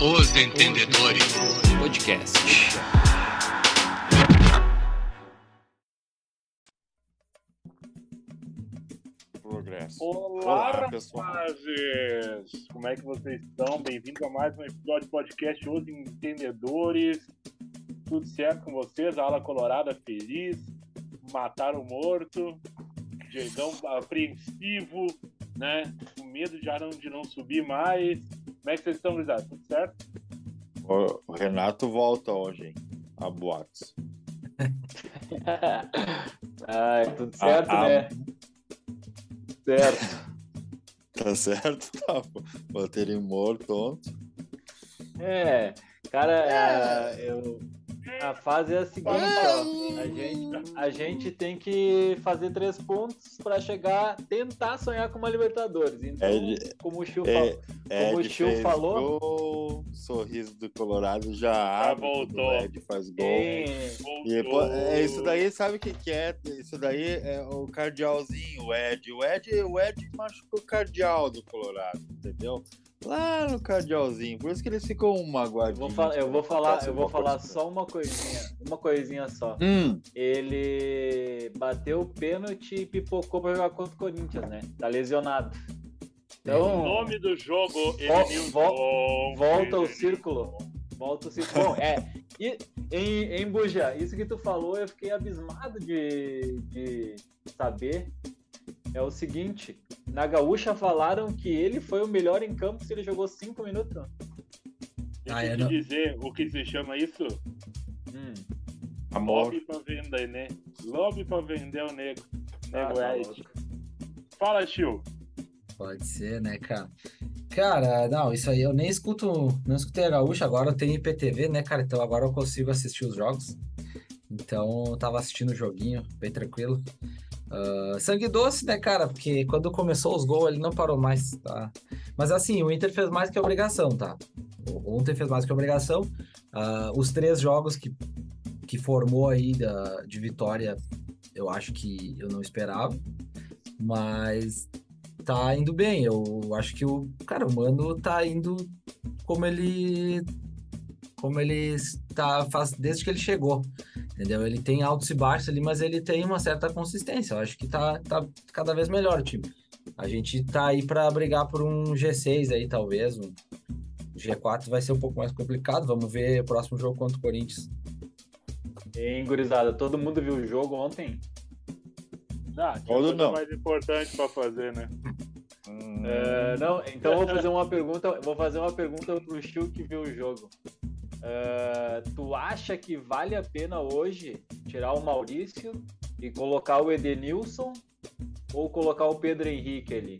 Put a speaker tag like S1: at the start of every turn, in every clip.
S1: Os Entendedores Podcast.
S2: Progresso.
S3: Olá,
S2: Olá, pessoal.
S3: rapazes! Como é que vocês estão? Bem-vindos a mais um episódio do podcast Os Entendedores. Tudo certo com vocês? A ala colorada feliz, mataram o morto, Diegão apreensivo, né? Com medo já não, de não subir mais. Como é que vocês estão, Grisado? Tudo certo?
S2: O o Renato volta hoje, hein? A boatos.
S4: Ah, é tudo certo,
S2: Ah, ah.
S4: né? Certo.
S2: Tá certo? Tá, pô. Botei ele morto ontem.
S4: É, cara,
S2: É.
S4: a, eu- a fase é a seguinte, ó. A gente, a gente tem que fazer três pontos pra chegar, tentar sonhar com uma Libertadores. Então,
S2: É de-
S4: como o Chiu
S2: É,
S4: falou,
S2: é,
S4: Como o
S2: Ed
S4: Gil
S2: fez
S4: falou-
S2: Gol, sorriso do Colorado já abre.
S3: voltou.
S2: quando o Ed faz gol.
S4: tem-
S2: E depois- é isso daí, sabe o que, que é? Isso daí é o cardealzinho, o Ed. O Ed, o Ed machucou o cardeal do Colorado, entendeu? Lá no cardealzinho. Por isso que eles ficam um
S4: eu
S2: magoadinho.
S4: vou, falar, eu vou falar, eu vou falar
S2: Acontece
S4: só uma coisinha, uma coisinha só.
S2: Hum,
S4: Ele bateu o pênalti e pipocou pra jogar contra o Corinthians, né? Tá lesionado.
S3: O
S4: Então,
S3: nome do jogo,
S4: Vol-
S3: Edenilson.
S4: volta ao
S3: Edenilson.
S4: círculo. Volta ao círculo. Bom, é. E, em, em Buja, isso que tu falou, eu fiquei abismado de, de saber. É o seguinte, na Gaúcha falaram que ele foi o melhor em campo se ele jogou 5 minutos.
S3: Deixa
S5: Ah,
S3: eu
S5: eu
S3: te
S5: não-
S3: dizer o que se chama isso?
S4: Hum,
S2: amor.
S3: Lobby pra vender, né? Lobby pra vender o nego.
S5: É
S4: tá,
S3: Nego
S4: tá
S3: Ed.
S4: louco.
S3: Fala, tio.
S5: Pode ser, né, cara? Cara, não, isso aí eu nem escuto, não escutei a Gaúcha, agora eu tenho IPTV, né, cara? Então agora eu consigo assistir os jogos. Então eu tava assistindo o joguinho, bem tranquilo. Ah, sangue doce, né, cara? Porque quando começou os gols ele não parou mais, tá? Mas assim, o Inter fez mais que obrigação, tá? O- Ontem fez mais que obrigação. Ah, os três jogos que, que formou aí da, de vitória, eu acho que eu não esperava. Mas tá indo bem. Eu acho que o cara, o Mano tá indo como ele como ele está faz desde que ele chegou. Entendeu? Ele tem altos e baixos ali, mas ele tem uma certa consistência. Eu acho que tá, tá cada vez melhor o time. A gente tá aí para brigar por um G6 aí, talvez. Um G4 vai ser um pouco mais complicado. Vamos ver o próximo jogo contra o Corinthians.
S4: Hein, gurizada, todo mundo viu o jogo ontem?
S3: Ah, tinha
S2: Ou
S3: coisa
S2: não.
S3: mais importante pra fazer, né?
S2: Hum.
S4: É, não, então eu vou fazer uma pergunta, eu vou fazer uma pergunta pro Chiu que viu o jogo. É, tu acha que vale a pena hoje tirar o Maurício e colocar o Edenilson ou colocar o Pedro Henrique ali?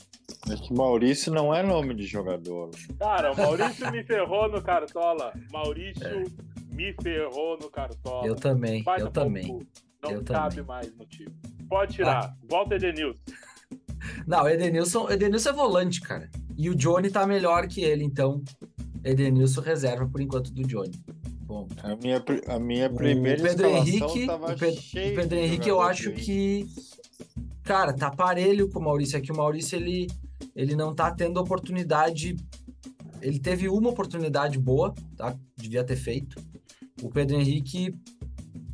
S2: É que Maurício não é nome de jogador.
S3: Cara, o Maurício me ferrou no Cartola. Maurício me ferrou no Cartola.
S5: É. Eu também,
S3: Vai
S5: eu
S3: tomar no
S5: também.
S3: cu. Não
S5: eu
S3: cabe
S5: também. Ah.
S3: mais no time. Pode tirar. Volta, Edenilson.
S5: Não, Edenilson, Edenilson é volante, cara. E o Johnny tá melhor que ele, então Edenilson reserva por enquanto do Johnny. Bom,
S2: A minha, pri- a minha
S5: o
S2: primeira
S5: Pedro
S2: escalação
S5: Henrique,
S2: tava
S5: o Pedro,
S2: cheia
S5: o Pedro
S2: de
S5: Henrique eu
S2: jogador
S5: acho
S2: ruim.
S5: que cara, tá parelho com o Maurício, é que o Maurício ele ele não tá tendo oportunidade ele teve uma oportunidade boa, tá? Devia ter feito. O Pedro Henrique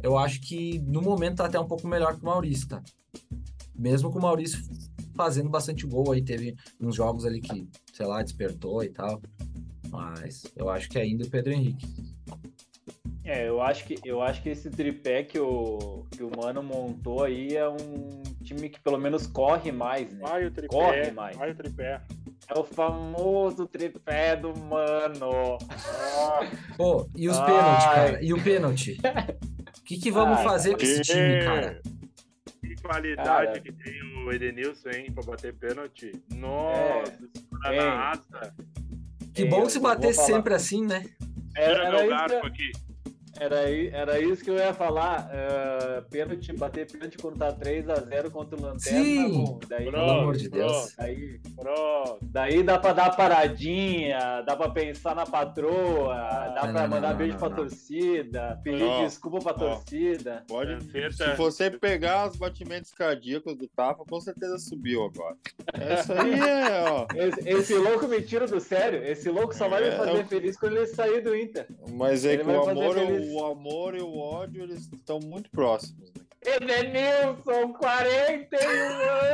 S5: eu acho que no momento tá até um pouco melhor que o Maurício, tá? Mesmo com o Maurício fazendo bastante gol aí, teve uns jogos ali que, sei lá, despertou e tal. Mas eu acho que ainda o Pedro Henrique.
S4: É, eu acho que, eu acho que esse tripé que o, que o Mano montou aí é um time que pelo menos corre mais,
S5: É.
S4: né?
S3: Vai o tripé.
S4: Corre mais.
S3: Vai o tripé.
S4: É o famoso tripé do Mano.
S3: Ah,
S5: Pô, e os
S4: Ai.
S5: pênaltis, cara? E o pênalti? O que, que vamos
S4: Ai,
S5: fazer com esse time, cara?
S3: que qualidade
S4: Cara.
S3: que tem o Edenilson, hein? Pra bater pênalti. Nossa, é.
S4: Hein.
S3: na asa.
S5: Que
S4: É,
S5: bom
S4: eu
S5: se
S4: vou
S5: bater
S4: falar.
S5: sempre assim, né?
S4: Era,
S3: Tira meu
S4: isso que-
S3: garfo aqui.
S4: Era, aí- era isso que eu ia falar. eh, pênalti, bater pênalti quando tá 3x0 contra o Lanterna.
S5: Sim.
S4: bom, daí,
S5: Pelo amor de
S3: Pronto,
S5: Deus.
S4: daí,
S3: Pronto.
S4: daí dá pra dar paradinha, dá pra pensar na patroa, dá
S5: Ah, não,
S4: pra
S5: não,
S4: mandar
S5: não,
S4: beijo
S5: não,
S4: pra
S5: não.
S4: torcida, pedir
S2: Ó,
S4: desculpa pra
S2: ó.
S4: torcida.
S2: Pode. Se
S3: Franceta,
S2: você pegar os batimentos cardíacos do Tafa, com certeza subiu agora. Isso aí é, ó.
S4: Esse, esse louco me tira do sério. Esse louco só vai
S2: É,
S4: me fazer
S2: o-
S4: feliz quando ele sair do Inter.
S2: Mas é
S4: Ele
S2: que
S4: vai
S2: o
S4: fazer
S2: amor,
S4: feliz.
S2: o amor e o ódio, eles estão muito próximos. né?
S4: Edenilson, 41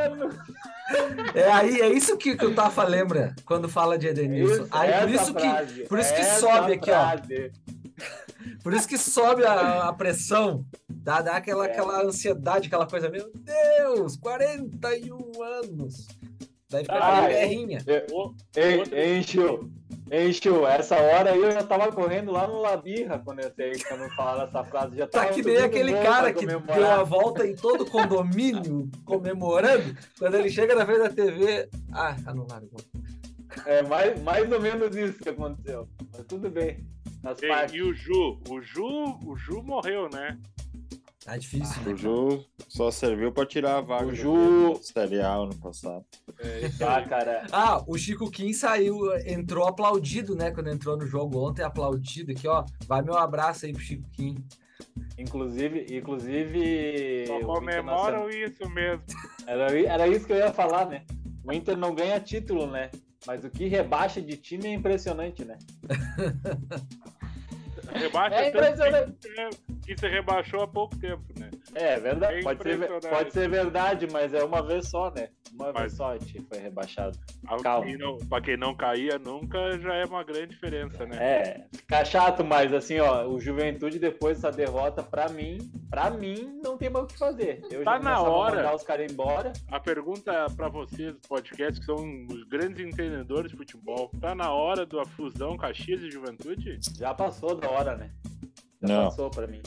S4: anos.
S5: É aí, é isso que, que o Tafa lembra quando fala de Edenilson. aí por isso que, por isso que sobe aqui, ó.
S4: ó.
S5: por isso que sobe a, a pressão, dá, dá aquela,
S3: É.
S5: aquela ansiedade, aquela coisa, meu Deus, 41 anos. Daí fica
S4: Ah,
S5: aquela
S4: é.
S5: guerrinha.
S3: o-
S4: Ei, ei, encheu. Encheu. Essa hora aí eu já tava correndo lá no Labirra quando eu sei que eu não falar essa frase. Já
S5: Tá
S4: tava
S5: que nem
S4: subindo
S5: aquele
S4: o morro
S5: cara
S4: pra
S5: que
S4: comemorar.
S5: deu a volta em todo o condomínio comemorando. Quando ele chega na frente da TV. Ah, anularam.
S4: É mais, mais ou menos isso que aconteceu. Mas tudo bem. Nas
S3: ei,
S4: partes.
S3: e o Ju? O Ju, o Ju morreu, né?
S5: Tá difícil.
S2: O Ju só serviu pra tirar a vaga
S4: O
S2: do
S4: Ju-
S2: Série A ano passado.
S4: Ah, cara.
S5: Ah, o Chico Kim saiu, entrou aplaudido, né? Quando entrou no jogo ontem, aplaudido aqui, ó. Vai meu abraço aí pro Chico Kim.
S4: Inclusive, inclusive.
S3: Só
S4: o Internacional-
S3: comemoram isso mesmo.
S4: Era, era isso que eu ia falar, né? O Inter não ganha título, né? Mas o que rebaixa de time é impressionante, né?
S3: Rebaixa
S4: É
S3: tanto
S4: impressionante.
S3: tempo que se rebaixou há pouco tempo, né?
S4: É verdade.
S3: É
S4: pode, ser, ver-
S3: impressionante.
S4: pode ser verdade, mas é uma vez só, né? Uma
S3: Mas-
S4: vez só o time foi rebaixado.
S3: Pra
S4: Calma.
S3: quem não- pra quem não caía nunca, já é uma grande diferença, né?
S4: É, fica chato, mas assim, ó, o Juventude depois dessa derrota, pra mim, pra mim, não tem mais o que fazer. Eu
S3: Tá
S4: já
S3: na
S4: começava a
S3: hora.
S4: mandar os caras embora.
S3: A pergunta pra vocês do podcast, que são os grandes entendedores de futebol, tá na hora da fusão Caxias e Juventude?
S4: Já passou da hora, né? Já
S2: Não.
S4: passou pra mim.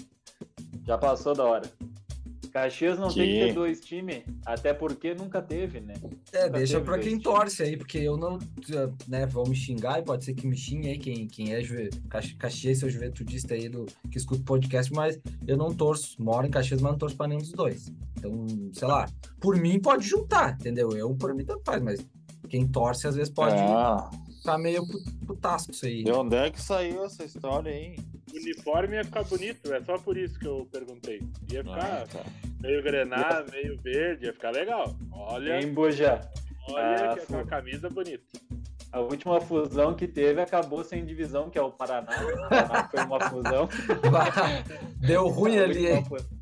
S4: Já passou da hora. Caxias não tem
S2: Que-
S4: que ter dois times, até porque nunca teve, né?
S5: É,
S4: Nunca
S5: deixa
S4: teve
S5: pra quem
S4: dois.
S5: torce aí, porque eu não. né, Vão me xingar e pode ser que me xingue aí quem, quem é juve, Caxi- Caxias, seu juventudista aí do, que escuta o podcast, mas eu não torço. Moro em Caxias, mas não torço pra nenhum dos dois. Então, sei lá. Por mim, pode juntar, entendeu? Eu, por mim, tanto faz, mas quem torce às vezes pode
S2: Ah,
S5: ficar meio pu- putasco isso aí.
S2: de onde é que saiu essa história, hein?
S3: O uniforme ia ficar bonito, é só por isso que eu perguntei. Ia
S4: é,
S3: ficar meio grená, meio verde, ia ficar legal. Olha,
S4: Em Bujá.
S3: olha
S4: Ah,
S3: que é
S4: fu-
S3: uma camisa bonita.
S4: A última fusão que teve acabou sem divisão, que é o Paraná. O Paraná foi uma fusão.
S5: Deu ruim
S4: A
S5: ali,
S4: última
S5: hein?
S4: fu-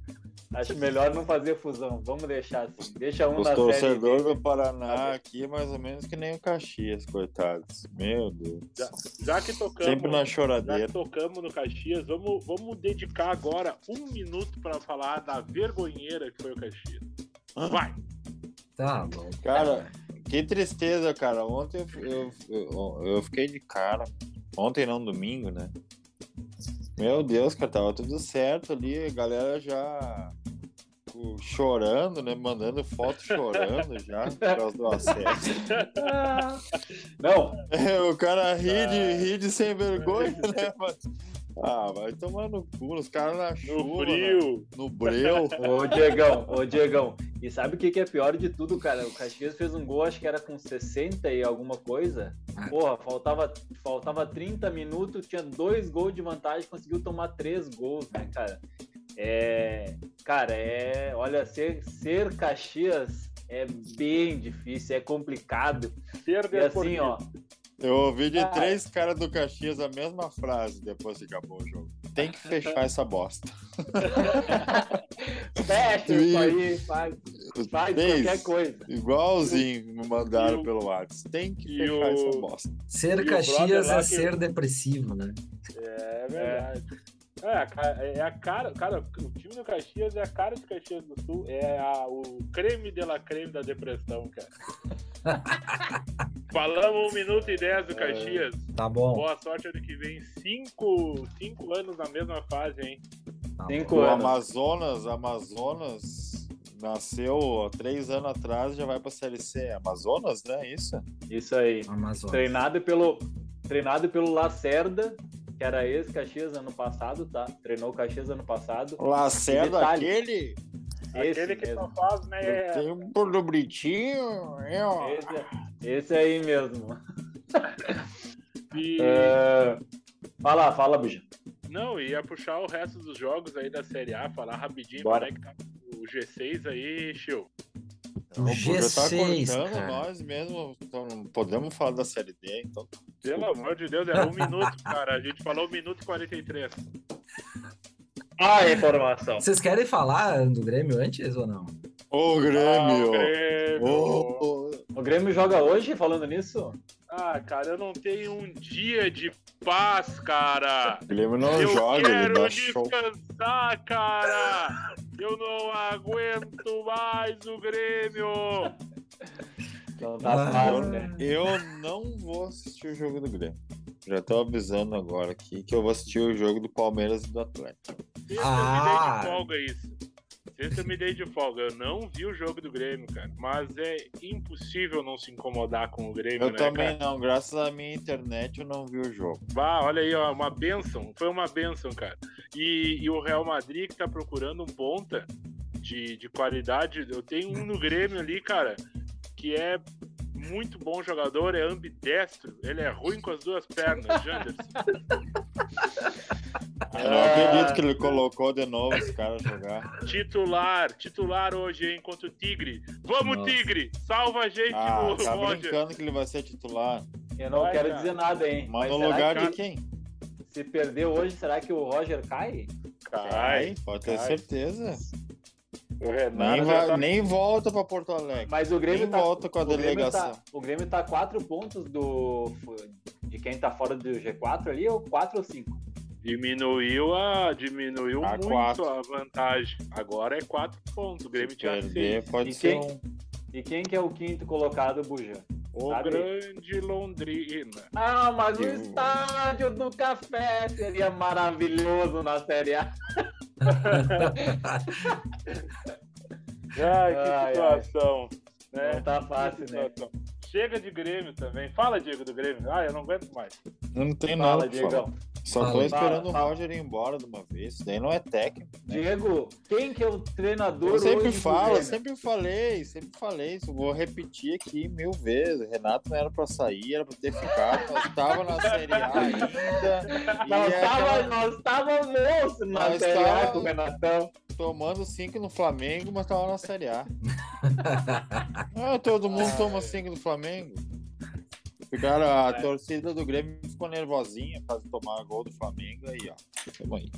S4: Acho melhor não fazer fusão. Vamos deixar assim. Deixa um
S2: Os
S4: da série.
S2: torcedores
S4: B.
S2: do Paraná aqui, é mais ou menos que nem o Caxias, coitados. Meu Deus.
S3: Já, já que tocamos.
S2: Sempre na
S3: Já
S2: choradeira.
S3: que tocamos no Caxias, vamos, vamos dedicar agora um minuto para falar da vergonheira que foi o Caxias. Vai!
S5: Tá bom.
S2: Cara, que tristeza, cara. Ontem eu, eu, eu, eu fiquei de cara. Ontem não, domingo, né? Meu Deus, cara, tava tudo certo ali. A galera já o- chorando, né? Mandando foto chorando já por causa do acesso.
S4: Ah. Não,
S2: o cara ri de, ri de sem vergonha, né? Mas- ah, vai tomar no cu. Os caras na
S3: No
S2: chuva, né?
S3: frio!
S2: no breu.
S4: Ô, Diegão, ô, Diegão. E sabe o que, que é pior de tudo, cara? O Caxias fez um gol, acho que era com 60 e alguma coisa. Porra, faltava, faltava 30 minutos, tinha dois gols de vantagem, conseguiu tomar três gols, né, cara? É. Cara, é. Olha, ser, ser Caxias é bem difícil, é complicado.
S3: Ser
S4: E assim, ó.
S2: Eu ouvi de
S4: Cara.
S2: três caras do Caxias a mesma frase depois que acabou o jogo. Tem que fechar essa bosta.
S4: Fecha
S2: E-
S4: isso aí, faz, faz
S2: Três.
S4: qualquer coisa.
S2: Igualzinho me mandaram
S3: E o-
S2: pelo WhatsApp. Tem que
S3: e
S2: fechar
S3: o-
S2: essa bosta.
S5: Ser
S3: E o brother
S5: Caxias
S3: lá
S5: é
S3: que-
S5: ser depressivo, né?
S3: É verdade. É, a ca- é a cara, cara, o time do Caxias é a cara de Caxias do Sul, é a- o creme de la creme da depressão, cara. Falamos um minuto e dez
S2: É.
S3: do Caxias.
S5: Tá bom.
S3: Boa sorte ano que vem. Cinco, cinco anos na mesma fase, hein?
S5: Tá
S4: Cinco
S5: bom.
S2: O
S4: anos.
S2: Amazonas, Amazonas nasceu há três anos atrás e já vai pra Série C. É Amazonas, né? Isso?
S4: Isso aí.
S5: Amazonas.
S4: Treinado pelo, treinado pelo Lacerda, que era ex-Caxias ano passado, tá? Treinou o Caxias ano passado.
S2: Lacerda,
S4: Detalhe.
S2: aquele?
S4: Esse
S3: Aquele que
S4: mesmo.
S3: só faz, né? é-
S2: Tem do Britinho, é,
S4: tá-
S2: ó.
S4: Esse, é, esse aí mesmo.
S3: E-
S4: É, Fala, fala, bicho.
S3: Não, ia puxar o resto dos jogos aí da Série A, falar rapidinho
S4: Bora.
S3: como é que tá o G6 aí, Chiu.
S5: O G6,
S2: tá cortando
S5: cara.
S2: nós mesmo, então não podemos falar da Série D, então.
S3: Pelo amor de Deus, era um minuto, cara. A gente falou um minuto e 43.
S4: Ah, informação.
S5: Vocês querem falar do Grêmio antes ou não?
S2: Ô,
S3: Ah, o
S2: Grêmio!
S3: Grêmio.
S2: Ô,
S4: O Grêmio joga hoje, falando nisso?
S3: Ah, cara, eu não tenho um dia de paz, cara.
S2: o Grêmio não
S3: eu
S2: joga, ele
S3: quero
S2: dá show.
S3: descansar, cara. Eu não aguento mais o Grêmio.
S4: Não tá
S5: Ah.
S4: fácil, né?
S2: Eu não vou assistir o jogo do Grêmio. Já tô avisando agora aqui que eu vou assistir o jogo do Palmeiras e do Atlético.
S3: Sexta
S5: Ah.
S3: eu me dei de folga isso. Sexta eu me dei de folga. Eu não vi o jogo do Grêmio, cara. Mas é impossível não se incomodar com o Grêmio,
S2: Eu
S3: né,
S2: também
S3: cara?
S2: não, graças à minha internet eu não vi o jogo.
S3: Bah, olha aí, ó, uma benção. Foi uma benção, cara. E, e o Real Madrid que tá procurando um ponta de, de qualidade. Eu tenho um no Grêmio ali, cara, que é muito bom jogador, é ambidestro. Ele é ruim com as duas pernas, Janderson.
S2: Eu
S3: Ah.
S2: não acredito que ele colocou de novo os caras jogar.
S3: Titular, titular hoje, hein, contra o Tigre. Vamos,
S5: Nossa.
S3: Tigre! Salva a gente,
S2: Ah,
S3: no
S2: tá
S3: Roger.
S2: brincando que ele vai ser titular.
S4: Eu não
S3: Vai,
S4: quero
S3: cara.
S4: dizer nada, hein?
S2: Mas no
S4: será
S2: lugar
S4: que
S2: de quem?
S4: se perder hoje, será que o Roger cai?
S3: Cai.
S2: pode ter
S3: cai.
S2: certeza.
S3: O Renato
S2: Nem,
S3: já
S2: vai-
S3: tá-
S2: nem volta pra Porto Alegre.
S4: Mas o Grêmio
S2: Nem
S4: tá.
S2: volta com a
S4: o Grêmio
S2: delegação.
S4: tá- O Grêmio tá 4 pontos do. De quem tá fora do G4 ali, ou 4 ou 5?
S3: diminuiu a diminuiu
S2: A Tá
S3: muito
S2: quatro.
S3: a vantagem. Agora é 4 pontos. O Grêmio
S2: Se
S3: tinha
S2: perder,
S3: 6.
S2: pode
S4: E
S2: ser
S4: quem?
S2: um.
S4: E quem que é o quinto colocado, Buja?
S3: O
S4: Sabe?
S3: Tá grande Londrina.
S4: Ah, mas o
S2: Eu-
S4: estádio do café seria maravilhoso na Série A.
S3: Ai, que
S4: Ai,
S3: situação.
S4: Não
S3: Né?
S4: tá fácil,
S3: Que
S4: né?
S3: situação. Chega de Grêmio também. Fala, Diego, do Grêmio. Ah, eu não aguento mais.
S2: Eu não tem
S4: Fala,
S2: nada. pra falar.
S4: Diegão.
S2: Só tô
S5: Fala.
S2: esperando
S4: Fala.
S2: o Roger ir embora de uma vez. Isso daí não é técnico.
S4: Diego, quem que é o treinador
S2: Eu sempre
S4: hoje né? do
S2: falo, eu
S4: Grêmio?
S2: sempre falei, sempre falei isso. Vou repetir aqui mil vezes. O Renato não era pra sair, era pra ter ficado. Nós tava na Série A ainda. E
S4: Nós
S2: é
S4: tava,
S2: aquela-
S4: nós tava moço na
S2: Nós
S4: Série A
S2: tava-
S4: com o Renatão.
S2: tomando cinco no Flamengo, mas tava na Série A. Ah, todo mundo toma cinco no Flamengo. Ficaram, a
S4: É.
S2: torcida do Grêmio ficou nervosinha pra tomar gol do Flamengo aí, ó. Tamo aí.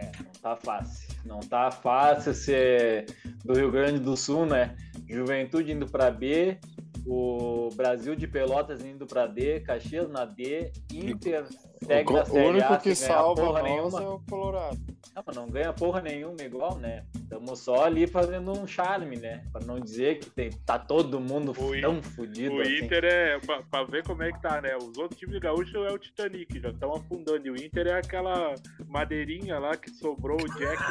S4: Não tá fácil. Não tá fácil ser do Rio Grande do Sul, né? Juventude indo pra B, o Brasil de Pelotas indo pra D, Caxias na D, Inter segue
S2: o
S4: na
S2: co-
S4: Série
S2: o único
S4: A,
S2: que
S4: sem ganhar
S2: salva
S4: porra
S2: nós
S4: nenhuma.
S2: é o Colorado.
S4: Não, mas não ganha porra nenhuma igual, né? Estamos só ali fazendo um charme, né? Pra não dizer que tem, tá todo mundo
S3: O I-
S4: tão fudido
S3: O
S4: assim.
S3: Inter é. Pra, pra ver como é que tá, né? Os outros times gaúchos é o Titanic, já estão afundando. E o Inter é aquela madeirinha lá que sobrou o Jack.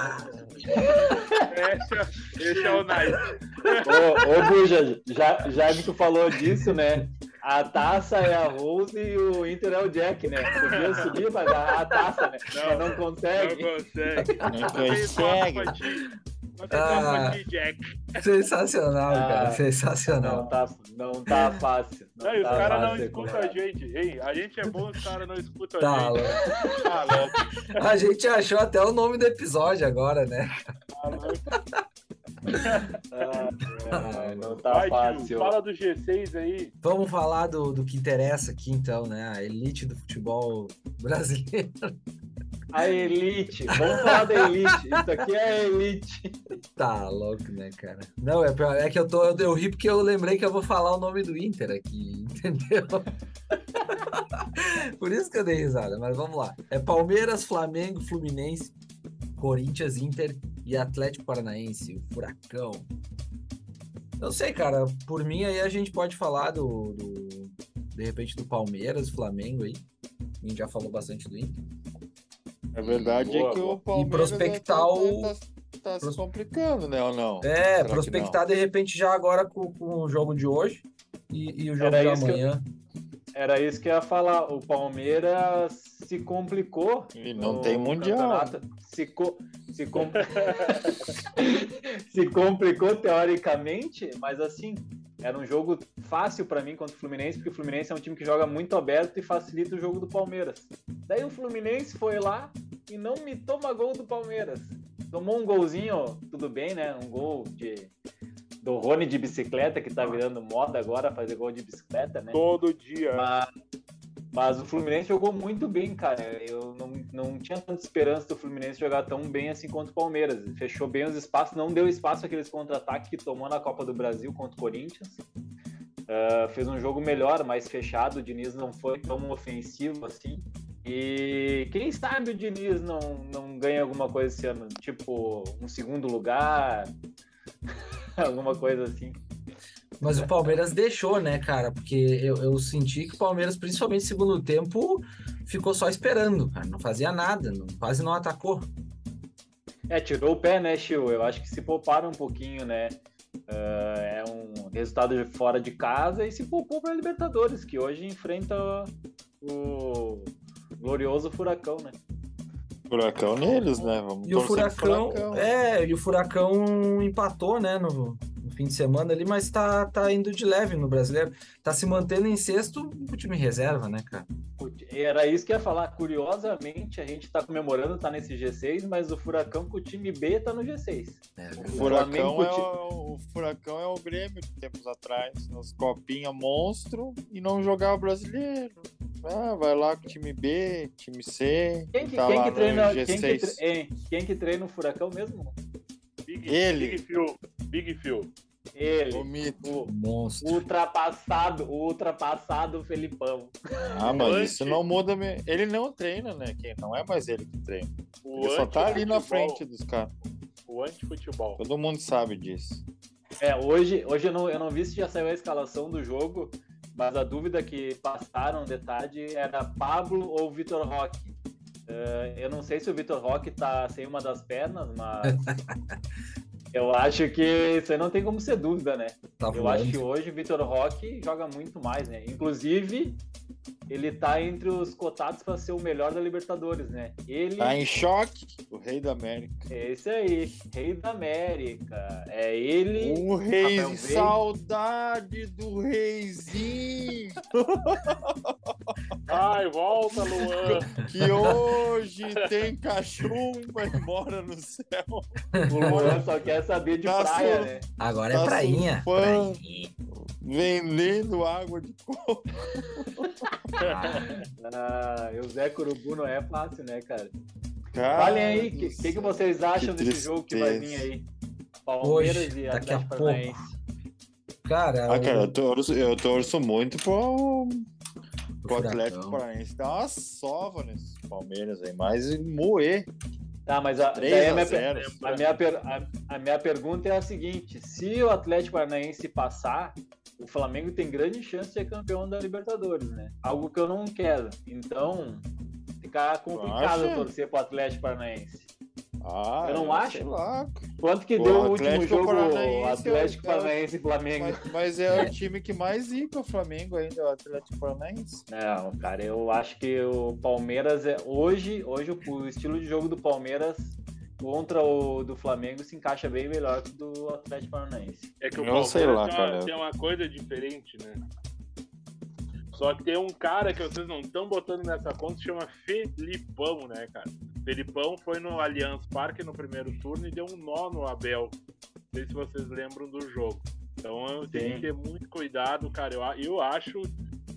S3: esse, é- esse é o Nice.
S4: Ô, ô Buja, já, já que tu falou disso, né? A taça é a Rose e o Inter é o Jack, né? Podia subir pra agarrar a taça, né? Mas não
S3: Não
S4: consegue.
S3: consegue.
S2: Não
S3: Fez nota
S2: consegue.
S3: pra ti. Mas
S2: Ah.
S3: fez nota pra ti, Jack.
S5: Sensacional,
S4: Ah,
S5: cara. Sensacional.
S4: Não tá, não tá fácil. Não,
S3: Não, e os
S4: tá
S3: caras não
S4: fácil,
S3: escutam a
S4: Colorado.
S3: gente. Ei, a gente é bom, os caras não escutam a
S5: Tá
S3: gente.
S5: louco.
S3: Tá louco,
S5: A gente achou até o nome do episódio agora, né?
S3: tá louco.
S4: Ah, não tá
S3: Vai, Gil,
S4: fácil.
S3: fala do G6 aí.
S5: Vamos falar do, do que interessa aqui, então, né? A elite do futebol brasileiro.
S4: A elite. Vamos falar da elite. Isso aqui é a elite.
S5: Tá louco, né, cara? Não, é, pra- é que eu tô. Eu, eu ri porque eu lembrei que eu vou falar o nome do Inter aqui, entendeu? Por isso que eu dei risada, mas vamos lá. É Palmeiras, Flamengo, Fluminense, Corinthians, Inter e Atlético Paranaense, o Furacão. Não sei, cara. Por mim, aí a gente pode falar do. do- de repente do Palmeiras, Flamengo aí. A gente já falou bastante do Inter.
S2: A verdade
S3: Boa,
S2: é que
S3: boa.
S2: o Palmeiras
S5: prospectar
S2: tá,
S5: o-
S2: tá, tá
S5: pros-
S2: se complicando, né, ou não?
S5: É,
S2: que
S5: prospectar de repente já agora com, com o jogo de hoje e, e o jogo
S4: Era
S5: de
S4: isso que eu-
S5: amanhã.
S4: Era isso que eu ia falar. O Palmeiras se complicou.
S2: E não
S4: no
S2: tem mundial.
S4: campeonato. Se, co- se, com- se complicou teoricamente, mas assim, era um jogo fácil pra mim contra o Fluminense, porque o Fluminense é um time que joga muito aberto e facilita o jogo do Palmeiras. Daí o Fluminense foi lá e não me toma gol do Palmeiras. Tomou um golzinho, tudo bem, né? Um gol de do Rony de bicicleta, que tá
S2: Ah.
S4: virando moda agora fazer gol de bicicleta, né?
S3: Todo dia.
S4: Mas, mas o Fluminense jogou muito bem, cara. Eu não, não tinha tanta esperança do Fluminense jogar tão bem assim contra o Palmeiras. Fechou bem os espaços, não deu espaço àqueles contra-ataques que tomou na Copa do Brasil contra o Corinthians. Ah, fez um jogo melhor, mais fechado. O Diniz não foi tão ofensivo assim. E quem sabe o Diniz não, não ganha alguma coisa esse ano, tipo um segundo lugar, alguma coisa assim. É.
S5: Mas o Palmeiras deixou, né, cara? Porque eu, eu senti que o Palmeiras, principalmente no segundo tempo, ficou só esperando, cara. Não fazia nada, não- quase não atacou.
S4: É, tirou o pé, né, Chiu? Eu acho que se pouparam um pouquinho, né? Ah, é um resultado de fora de casa e se poupou para Libertadores, que hoje enfrenta o glorioso Furacão, né?
S2: Furacão neles, né? Vamos
S5: E o
S2: torcer pro
S5: Furacão, É, e o Furacão empatou, né, no, no fim de semana ali, mas tá, tá indo de leve no brasileiro. Tá se mantendo em sexto o time reserva, né, cara?
S4: Era isso que eu ia falar. Curiosamente, a gente tá comemorando, tá nesse G6, mas o Furacão com o time B tá no G6.
S2: O
S5: É,
S4: O
S2: Furacão,
S4: Flamengo
S2: é o, o Furacão é o Grêmio de tempos atrás, nas copinhas monstro e não jogar o brasileiro. Ah, vai lá com o time B, time C.
S4: Quem que,
S2: tá
S4: quem
S2: lá
S4: que
S2: no
S4: treina, quem
S2: G6.
S4: que, tre- hein? Quem que treina o Furacão mesmo?
S3: Big,
S2: Ele.
S3: Big Phil. Big Phil.
S2: O
S4: Ele,
S2: mito.
S4: o
S5: monstro.
S4: ultrapassado, o ultrapassado Felipão.
S2: Ah, mas
S3: Antes-
S2: isso não muda. me- Ele não treina, né? Quem não é mais ele que treina.
S3: O
S2: Ele só tá ali na
S3: antifutebol-
S2: frente dos caras.
S3: O antifutebol.
S2: Todo mundo sabe disso.
S4: É, hoje, hoje eu, não, eu não vi se já saiu a escalação do jogo, mas a dúvida que passaram de tarde era Pablo ou Vitor Roque. Eh, eu não sei se o Vitor Roque tá sem uma das pernas, mas eu acho que isso aí não tem como ser dúvida, né?
S5: Tá
S4: Eu acho que
S5: voando.
S4: hoje o Vitor Roque joga muito mais, né? Inclusive, ele tá entre os cotados para ser o melhor da Libertadores, né? Ele
S2: Tá em choque, o rei da América.
S4: é esse aí, rei da América. É ele.
S2: O rei,
S4: Rafael Veiga.
S2: Um saudade do reizinho.
S3: Ai, volta, Luan.
S2: que hoje tem cachumba e mora no céu.
S4: O Luan só quer saber de
S2: Tá
S4: praia,
S2: sur-
S4: né?
S5: Agora
S2: tá
S5: é prainha.
S2: surfando.
S5: prainha.
S2: Vendendo água de coco.
S5: Ah,
S4: Ah, e o Zé Curubu não é fácil, né, cara?
S2: Cara
S4: Falem aí, o
S2: do
S4: que, que,
S2: céu.
S4: que vocês acham
S2: Ah, que
S4: desse jogo que vai vir
S2: tristeza.
S4: aí? Palmeiras
S5: Hoje,
S4: e
S5: daqui a
S4: Atlético
S5: pouco.
S4: Paranaense.
S5: cara, é
S2: Ah, cara,
S5: o-
S2: eu torço, eu torço muito pro,
S5: o
S2: pro Atlético
S5: um Furacão.
S2: Paranaense dar uma sova nesses Palmeiras aí, mas moer.
S4: Tá, mas a, daí
S2: 3
S4: a
S2: a
S4: minha, per-
S2: 0.
S4: a, minha per- a- a minha pergunta é a seguinte: se o Atlético Paranaense passar, o Flamengo tem grande chance de ser campeão da Libertadores, né? Algo que eu não quero. Então, fica complicado
S2: acha?
S4: torcer pro Atlético Paranaense.
S2: Ah,
S4: Eu não acho.
S2: Sei lá.
S4: Quanto que
S2: Pô,
S4: deu o
S2: Atlético
S4: último jogo
S2: Paranaense,
S4: Atlético
S2: eu- eu-
S4: Paranaense e Flamengo?
S2: Mas, mas é o time que mais zica o Flamengo ainda, o Atlético Paranaense.
S4: Não, cara, eu acho que o Palmeiras é hoje, hoje o- o estilo de jogo do Palmeiras contra o do Flamengo se encaixa bem melhor que o do Atlético Paranaense.
S3: É que o
S2: Eu
S3: Palmeiras
S2: sei lá,
S3: tem, uma,
S2: cara.
S3: tem uma coisa diferente, né? Só que tem um cara que vocês não estão botando nessa conta, se chama Felipão, né, cara? Felipão foi no Allianz Parque no primeiro turno e deu um nó no Abel. Não sei se vocês lembram do jogo. Então tem que ter muito cuidado, cara. Eu, a- eu acho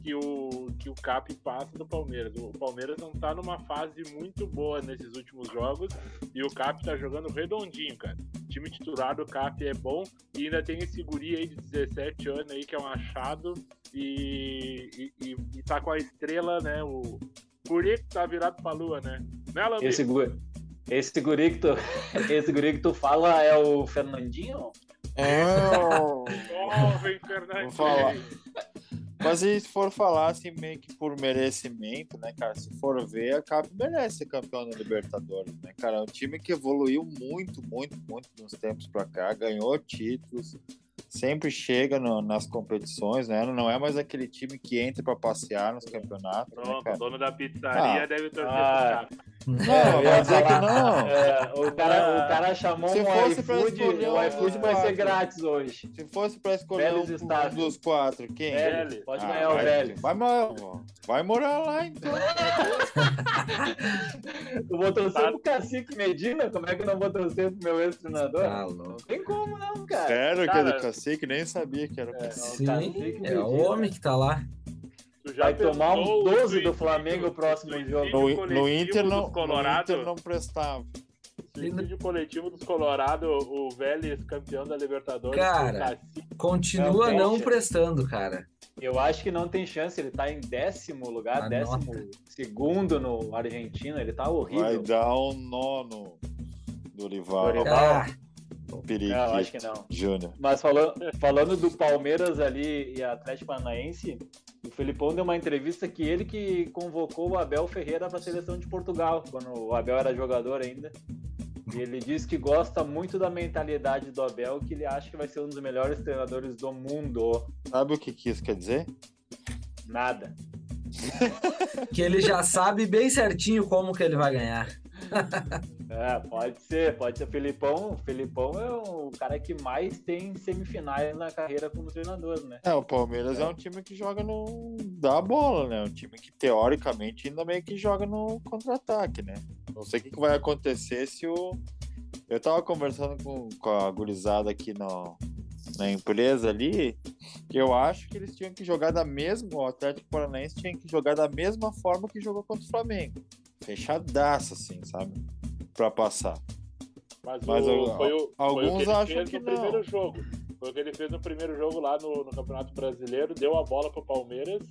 S3: que o, que o Cap passa do Palmeiras. O Palmeiras não tá numa fase muito boa nesses últimos jogos e o Cap tá jogando redondinho, cara. O time titular do Cap é bom e ainda tem esse guri aí de 17 anos aí que é um achado e, e, e- e tá com a estrela, né? O guri que tá virado pra lua, né? Né, Lambi?
S4: Esse, gu- esse, guri que tu, esse guri que tu fala é o Fernandinho?
S3: Jovem Fernandinho.
S2: Vou falar. Mas e se for falar assim, meio que por merecimento, né, cara? Se for ver, a Cap merece ser campeão da Libertadores, né, cara? É um time que evoluiu muito, muito, muito nos tempos pra cá, ganhou títulos, sempre chega no- nas competições, né? Não é mais aquele time que entra para passear nos campeonatos. né,
S3: Pronto,
S2: cara?
S3: o dono da pizzaria
S2: Ah.
S3: deve torcer
S4: Ah.
S3: pro Chape.
S2: Não, eu ia dizer que não.
S4: É, o, cara, o cara chamou
S2: Ah, Se
S4: um
S2: fosse pra
S4: iFood,
S2: escolher
S4: o iFood
S2: um
S4: vai ser
S2: quadro.
S4: grátis hoje.
S2: Se fosse para escolher
S4: Velhos
S2: um,
S4: estáveis.
S2: dos quatro, quem?
S4: Velho, pode
S2: Ah,
S4: ganhar o
S2: vai-
S4: velho.
S2: Vai, mo- vai morar lá, então.
S4: Eu vou torcer pro Cacique Medina? Como é que eu não vou torcer pro meu ex-treinador?
S5: Tá
S4: Não
S5: louco.
S4: tem como não, cara.
S2: Sério que é
S3: cara.
S2: do cacique? Nem sabia que era o
S4: É,
S2: cacique.
S4: o
S5: Sim,
S4: Cacique
S5: É
S4: Medina
S5: o homem que tá lá.
S3: Tu já
S4: Vai tomar
S3: pensou
S4: um
S3: o
S4: 12 do
S3: suicídio-
S4: Flamengo o próximo
S3: suicídio
S4: jogo.
S2: No,
S3: coletivo
S2: no Inter
S3: dos
S2: não, no
S3: Colorado,
S2: Inter não prestava.
S3: suicídio coletivo dos Colorado, o Vélez campeão da Libertadores. tá
S5: Cara.
S3: o Cacique.
S5: Continua
S4: Não,
S5: não,
S4: deixa.
S5: prestando, cara.
S4: Eu acho que não tem chance. Ele tá em décimo lugar,
S5: Anota.
S4: décimo segundo no Argentina. Ele tá
S2: Vai
S4: horrível.
S2: dar um nono do Rival.
S4: Dorival.
S5: Ah,
S2: Periquito
S4: Não, acho que não.
S2: Júnior.
S4: Mas falando, falando do Palmeiras ali e Atlético Paranaense, o Felipão deu uma entrevista que ele que convocou o Abel Ferreira para a seleção de Portugal, quando o Abel era jogador ainda. E ele diz que gosta muito da mentalidade do Abel, que ele acha que vai ser um dos melhores treinadores do mundo.
S2: Sabe o que, que isso quer dizer?
S4: Nada.
S5: que ele já sabe bem certinho como que ele vai ganhar.
S4: É, pode ser, pode ser. Felipão, Felipão é o cara que mais tem semifinais na carreira como treinador, né?
S2: É, o Palmeiras é, um time que joga no. dá a bola, né? Um time que teoricamente ainda meio que joga no contra-ataque, né? Não sei o que, que vai acontecer se o. Eu tava conversando com, com a gurizada aqui no, na empresa ali, que eu acho que eles tinham que jogar da mesma. O Atlético Paranaense tinha que jogar da mesma forma que jogou contra o Flamengo. Fechadaço, assim, sabe? Pra passar.
S3: Mas,
S2: Mas
S3: o,
S2: al-
S3: foi o, foi o
S2: alguns
S3: que ele
S2: acham
S3: fez
S2: que
S3: no
S2: não.
S3: primeiro jogo. Foi o que ele fez no primeiro jogo lá no, no Campeonato Brasileiro, deu a bola pro Palmeiras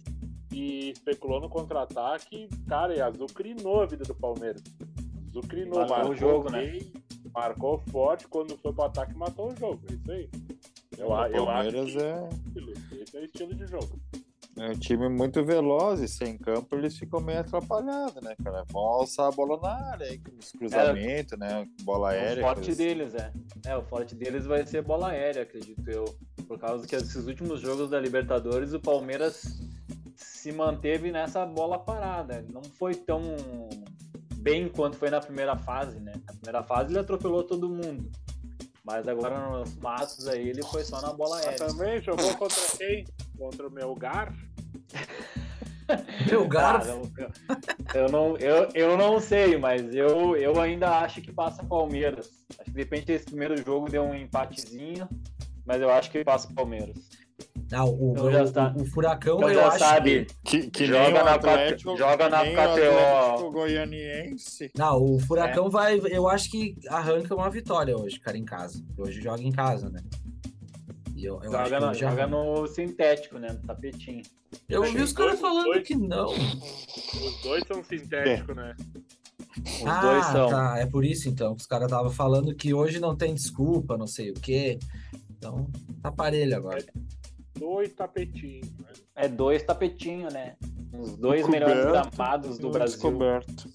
S3: e especulou no contra-ataque. Cara, e azucrinou a vida do Palmeiras. Azucrinou,
S4: Matou o
S3: marcou
S4: jogo, né?
S3: bem, Marcou forte, quando foi pro ataque matou o jogo. É isso aí. Eu, a-
S2: o
S3: Ah, eu acho
S2: Palmeiras
S3: que
S2: é.
S3: esse é o estilo de jogo.
S2: É um time muito veloz e sem campo eles ficam meio atrapalhados, né, cara? Vão alçar a bola na área, aí, com os cruzamentos, né? Bola
S4: É O
S2: aérea.
S4: forte
S2: coisa
S4: deles, é. É, o forte deles vai ser bola aérea, acredito eu. Por causa que esses últimos jogos da Libertadores, o Palmeiras se manteve nessa bola parada. Não foi tão bem quanto foi na primeira fase, né? Na primeira fase ele atropelou todo mundo. Mas agora nos matos aí ele foi só na bola
S3: Mas
S4: aérea.
S3: também jogou contra quem? Contra o Melgar?
S5: Meu
S4: Cara,
S5: garfo.
S4: eu- eu, não, eu, eu não sei, mas eu, eu ainda acho que passa Palmeiras. Acho que de repente esse primeiro jogo deu um empatezinho, mas eu acho que passa Palmeiras.
S5: Não, Ah, o,
S4: Então já
S5: o-
S4: está.
S5: o furacão
S4: Então
S5: eu
S4: já
S5: acho
S4: sabe,
S2: Que, que
S4: Joga
S2: nem o
S4: na
S2: Atlético,
S4: K- joga
S2: que
S4: na
S2: nem o
S4: KTO.
S2: Atlético goianiense.
S5: Não,
S4: É.
S5: o Furacão vai. Eu acho que arranca uma vitória hoje, cara, em casa. Hoje joga em casa, né? E eu, eu acho
S4: joga,
S5: que
S4: no,
S5: hoje arranca.
S4: joga no sintético, né? No tapetinho.
S5: Eu vi os caras falando
S3: Dois.
S5: que não.
S3: Os dois são sintéticos, né?
S4: Os
S5: ah,
S4: dois são.
S5: tá. É por isso então. que Os caras estavam falando que hoje não tem desculpa, não sei o quê. Então, tá parelho agora.
S3: Dois tapetinhos.
S4: É dois tapetinhos, né? Os dois
S2: Descoberto.
S4: melhores gramados do
S2: Um
S4: Brasil.
S2: Descoberto.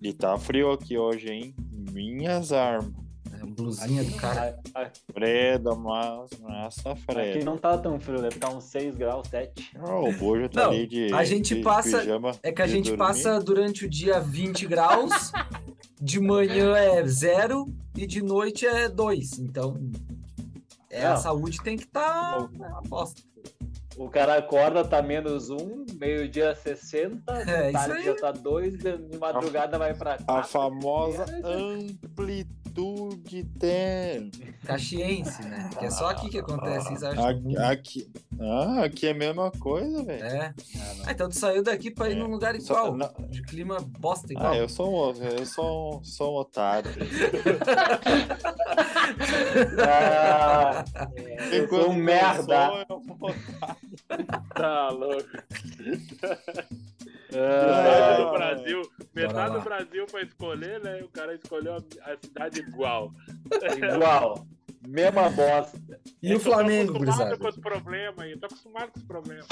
S2: E tá frio aqui hoje, hein? Minhas armas.
S5: É um blusinha do cara.
S4: A- a-
S2: Freda, mas massa
S4: Aqui
S2: Freda.
S4: não tá tão frio, deve estar uns 6 graus, 7.
S2: Não, o Bojo tá
S5: Não,
S2: ali de.
S5: a gente
S2: de
S5: passa-
S2: pijama
S5: É que a
S2: de
S5: gente
S2: dormir.
S5: passa durante o dia 20 graus, de manhã é zero e de noite é dois. Então, é, a
S4: Não.
S5: saúde tem que estar tá aposta.
S4: O cara acorda, tá menos um, meio-dia 60,
S5: É,
S4: de tarde
S5: isso aí.
S4: já tá dois, de de madrugada vai pra
S2: A
S4: quatro.
S2: famosa
S4: É,
S2: amplitude térmica.
S5: Caxiense, né? Que é só aqui que acontece isso. acho que no
S2: Aqui,
S5: mundo.
S2: aqui, ah, aqui é a mesma coisa, velho.
S5: É.
S4: Ah, não.
S5: Ah, então tu saiu daqui pra ir
S2: É.
S5: num lugar
S2: Só-
S5: igual,
S2: não-
S5: de clima bosta igual.
S2: Ah, eu sou um, eu sou um, sou um otário.
S4: Ah, eu
S2: Enquanto
S4: sou um
S2: eu
S4: merda.
S2: sou, eu vou-
S3: Tá louco.
S4: Ah,
S3: Metade
S2: Ah,
S3: do Brasil, metade
S5: lá.
S3: do Brasil pra escolher, né? O cara escolheu a, a cidade igual.
S4: É, igual. Mesma bosta.
S5: E o
S3: Eu tô
S5: Flamengo,
S3: acostumado
S5: gurizada?
S3: com os problemas aí, eu tô acostumado com os problemas.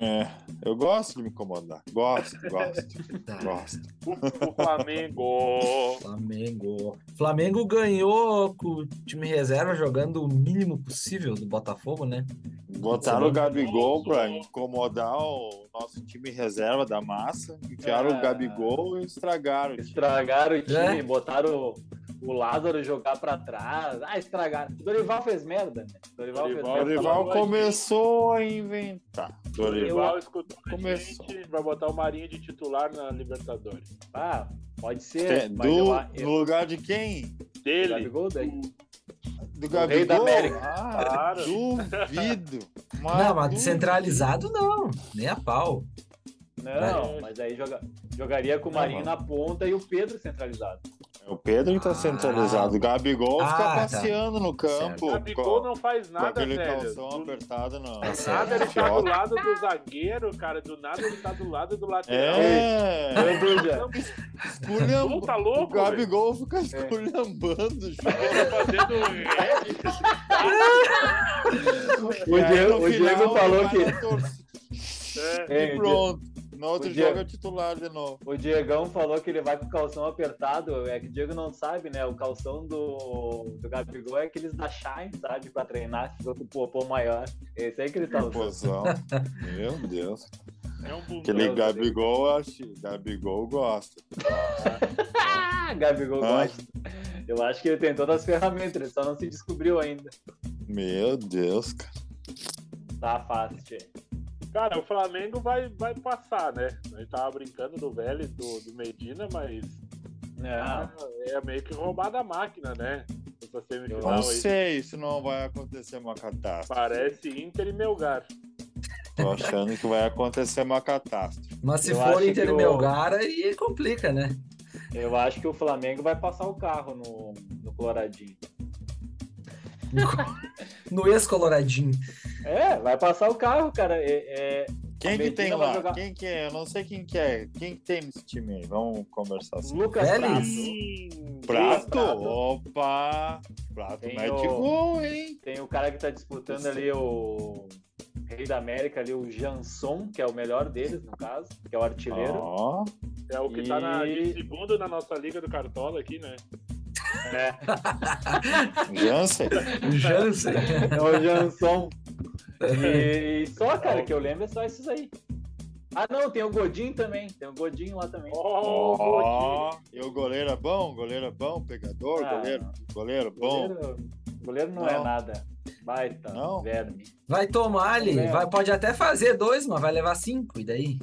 S2: É, Eu gosto de me incomodar. Gosto, gosto,
S5: Tá.
S2: gosto.
S3: O Flamengo.
S5: Flamengo. Flamengo ganhou com o time reserva jogando o mínimo possível do Botafogo, né?
S2: Botaram o Gabigol pra incomodar o nosso time reserva da massa. Enfiaram
S4: Ah.
S2: o Gabigol e estragaram. o time.
S4: Estragaram o time,
S5: É.
S4: botaram o, o Lázaro jogar pra trás. Ah, estragaram. Dorival fez merda, né?
S3: Dorival-
S4: Dorival,
S2: O
S4: fez merda.
S2: Dorival
S3: Dorival
S2: começou a inventar. Dorival.
S3: Dorival escutou a
S2: Começou.
S3: gente, vai botar o Marinho de titular na Libertadores.
S4: Ah, pode ser.
S2: Tem-
S4: mas
S2: do-
S4: eu- eu-
S2: no lugar de quem?
S4: o
S3: Dele.
S4: Gabigol daí.
S2: Do
S4: rei da
S2: Gabigol?
S4: América.
S2: Ah,
S3: Claro.
S2: duvido.
S5: não, mas
S2: duvido.
S5: centralizado não. Nem a pau.
S4: Não, mas aí joga- jogaria com o
S2: Não,
S4: Marinho
S2: mano.
S4: na ponta e o Pedro centralizado.
S2: O Pedro tá
S5: Ah.
S2: centralizado. O Gabigol fica
S5: Ah, tá.
S2: passeando no campo.
S5: Certo.
S3: Gabigol
S2: com-
S3: não faz
S2: com
S3: nada,
S2: aquele
S3: velho.
S2: calção
S3: Do
S2: apertado não.
S5: Tá
S3: do nada ele tá do
S2: Idiota.
S3: lado do zagueiro, cara. Do nada ele tá do lado do lateral.
S2: É.
S4: Meu Deus, já.
S3: Não,
S2: Esculham-
S3: tá
S2: O
S3: louco, velho.
S2: Gabigol fica esculhambando o jogo.
S3: Tá fazendo rap.
S4: O
S2: E aí,
S4: Diego,
S2: no
S4: o
S2: final,
S4: Diego
S2: ele
S4: falou
S2: vai
S4: que.
S2: na torcida
S3: É.
S4: É, o
S2: E
S4: Diego-
S2: pronto. No outro
S4: o Diego-
S2: jogo é titular de novo.
S4: O Diegão falou que ele vai com o calção apertado. É que o Diego não sabe, né? O calção do, do Gabigol é aqueles da Shine, sabe? Pra treinar, ficou com o popô maior. Esse aí que ele tá usando.
S2: Pozão. Meu Deus.
S3: É um bundão.
S2: Aquele
S4: Meu Deus.
S2: Gabigol, eu acho. Gabigol gosta.
S4: Ah, Gabigol
S2: Ah.
S4: gosta. Eu acho que ele tem todas as ferramentas, ele só não se descobriu ainda.
S2: Meu Deus, cara.
S4: Tá fácil, tchê.
S3: Cara, o Flamengo vai, vai passar, né? A gente tava brincando do Vélez, do, do Medina, mas
S4: Não,
S3: é meio que roubar da máquina, né? Essa
S2: Não,
S3: semifinal aí.
S2: sei se não vai acontecer uma catástrofe.
S3: Parece Inter e Melgar.
S2: Tô achando que vai acontecer uma catástrofe.
S5: Mas se
S4: Eu
S5: for
S4: acho
S5: Inter
S4: que
S5: e
S4: o-
S5: Melgar, aí complica, né?
S4: eu acho que o Flamengo vai passar o carro no, no Coloradinho.
S5: No ex-coloradinho.
S4: É, vai passar o carro, cara. É, é-
S2: Quem que
S4: Medina
S2: tem
S4: vai
S2: lá?
S4: jogar.
S2: Quem que é? Eu não sei quem que é. Quem que tem nesse time aí? Vamos conversar assim.
S4: Lucas
S5: Vélez?
S4: Prato.
S2: Prato?
S4: Prato.
S2: Opa! Prato
S4: Tem
S2: mete
S4: o-
S2: gol, hein?
S4: Tem o cara que tá disputando ali o Rei da América, ali, o Janson, que é o melhor deles, no caso, que é o artilheiro.
S2: Ó,
S3: É o que tá na,
S4: E-
S3: de segundo na nossa Liga do Cartola aqui, né?
S4: É,
S2: Jansen.
S5: O Jansen.
S4: é o Janson.
S5: É.
S4: E, e só, cara, que eu lembro é só esses aí. Ah, não, tem o Godinho também. Tem o Godinho lá também.
S3: Oh,
S2: Ó, e o goleiro é bom, goleiro é bom, pegador,
S4: Ah,
S2: goleiro, goleiro é bom.
S4: Goleiro, goleiro não, é
S2: Não.
S4: nada. Baita,
S2: Não.
S4: verme.
S5: Vai tomar ali.
S4: É.
S5: Vai, pode até fazer dois, mas vai levar cinco. E daí?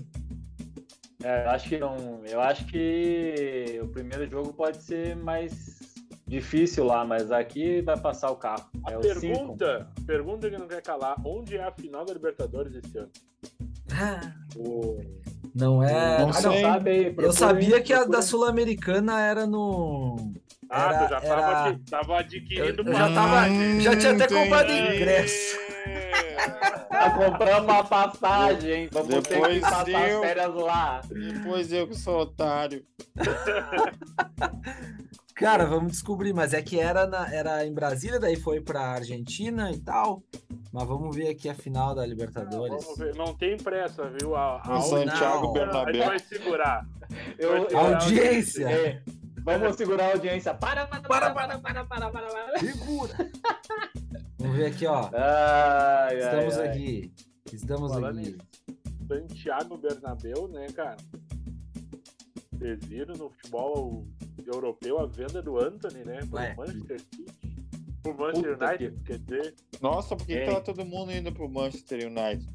S4: É, eu acho que não. Eu acho que o primeiro jogo pode ser mais difícil lá, mas aqui vai passar o carro.
S3: A
S4: É o cinco.
S3: pergunta, pergunta que não quer calar, onde é a final da Libertadores esse ano?
S5: Ah,
S4: O-
S5: Não é.
S2: Não
S5: Ah,
S4: Ah, não,
S2: sei.
S4: sabe aí, procura
S5: Eu sabia
S4: aí,
S5: que a
S4: procura
S5: da
S4: aí.
S5: Sul-Americana era no.
S3: Ah,
S5: Era-
S3: tu já tava,
S5: era-
S3: aqui- tava adquirindo
S5: Eu- eu já tava- já tinha até
S4: Hum,
S5: comprado ingresso.
S4: Tá comprando uma passagem, hein? Vamos ter que
S2: Depois
S4: passar
S2: eu-
S4: as férias lá.
S2: Depois eu que sou otário.
S5: Cara, vamos descobrir, mas é que era, na- era em Brasília, daí foi pra Argentina e tal. Mas vamos ver aqui a final da Libertadores.
S3: Vamos ver. Não tem pressa, viu? A,
S4: Ah,
S3: a
S2: No Santiago
S5: não.
S3: a gente
S2: Bernabéu.
S3: vai segurar.
S4: Eu- eu-
S5: Audiência!
S4: é, vamos segurar a audiência. Para, para, para, para, para, para, para. para.
S5: Segura! Vamos ver aqui, ó.
S4: Ai, ai,
S5: Estamos
S4: ai.
S5: aqui. Estamos
S3: Falando
S5: aqui.
S3: Santiago Bernabéu, né, cara? Vocês viram no futebol europeu a venda do Anthony, né? Pro
S5: Ué.
S3: Manchester City. Pro Manchester
S4: Puta
S3: United, quer dizer,
S2: Nossa, por que que
S4: Ei.
S2: tá todo mundo indo pro Manchester United?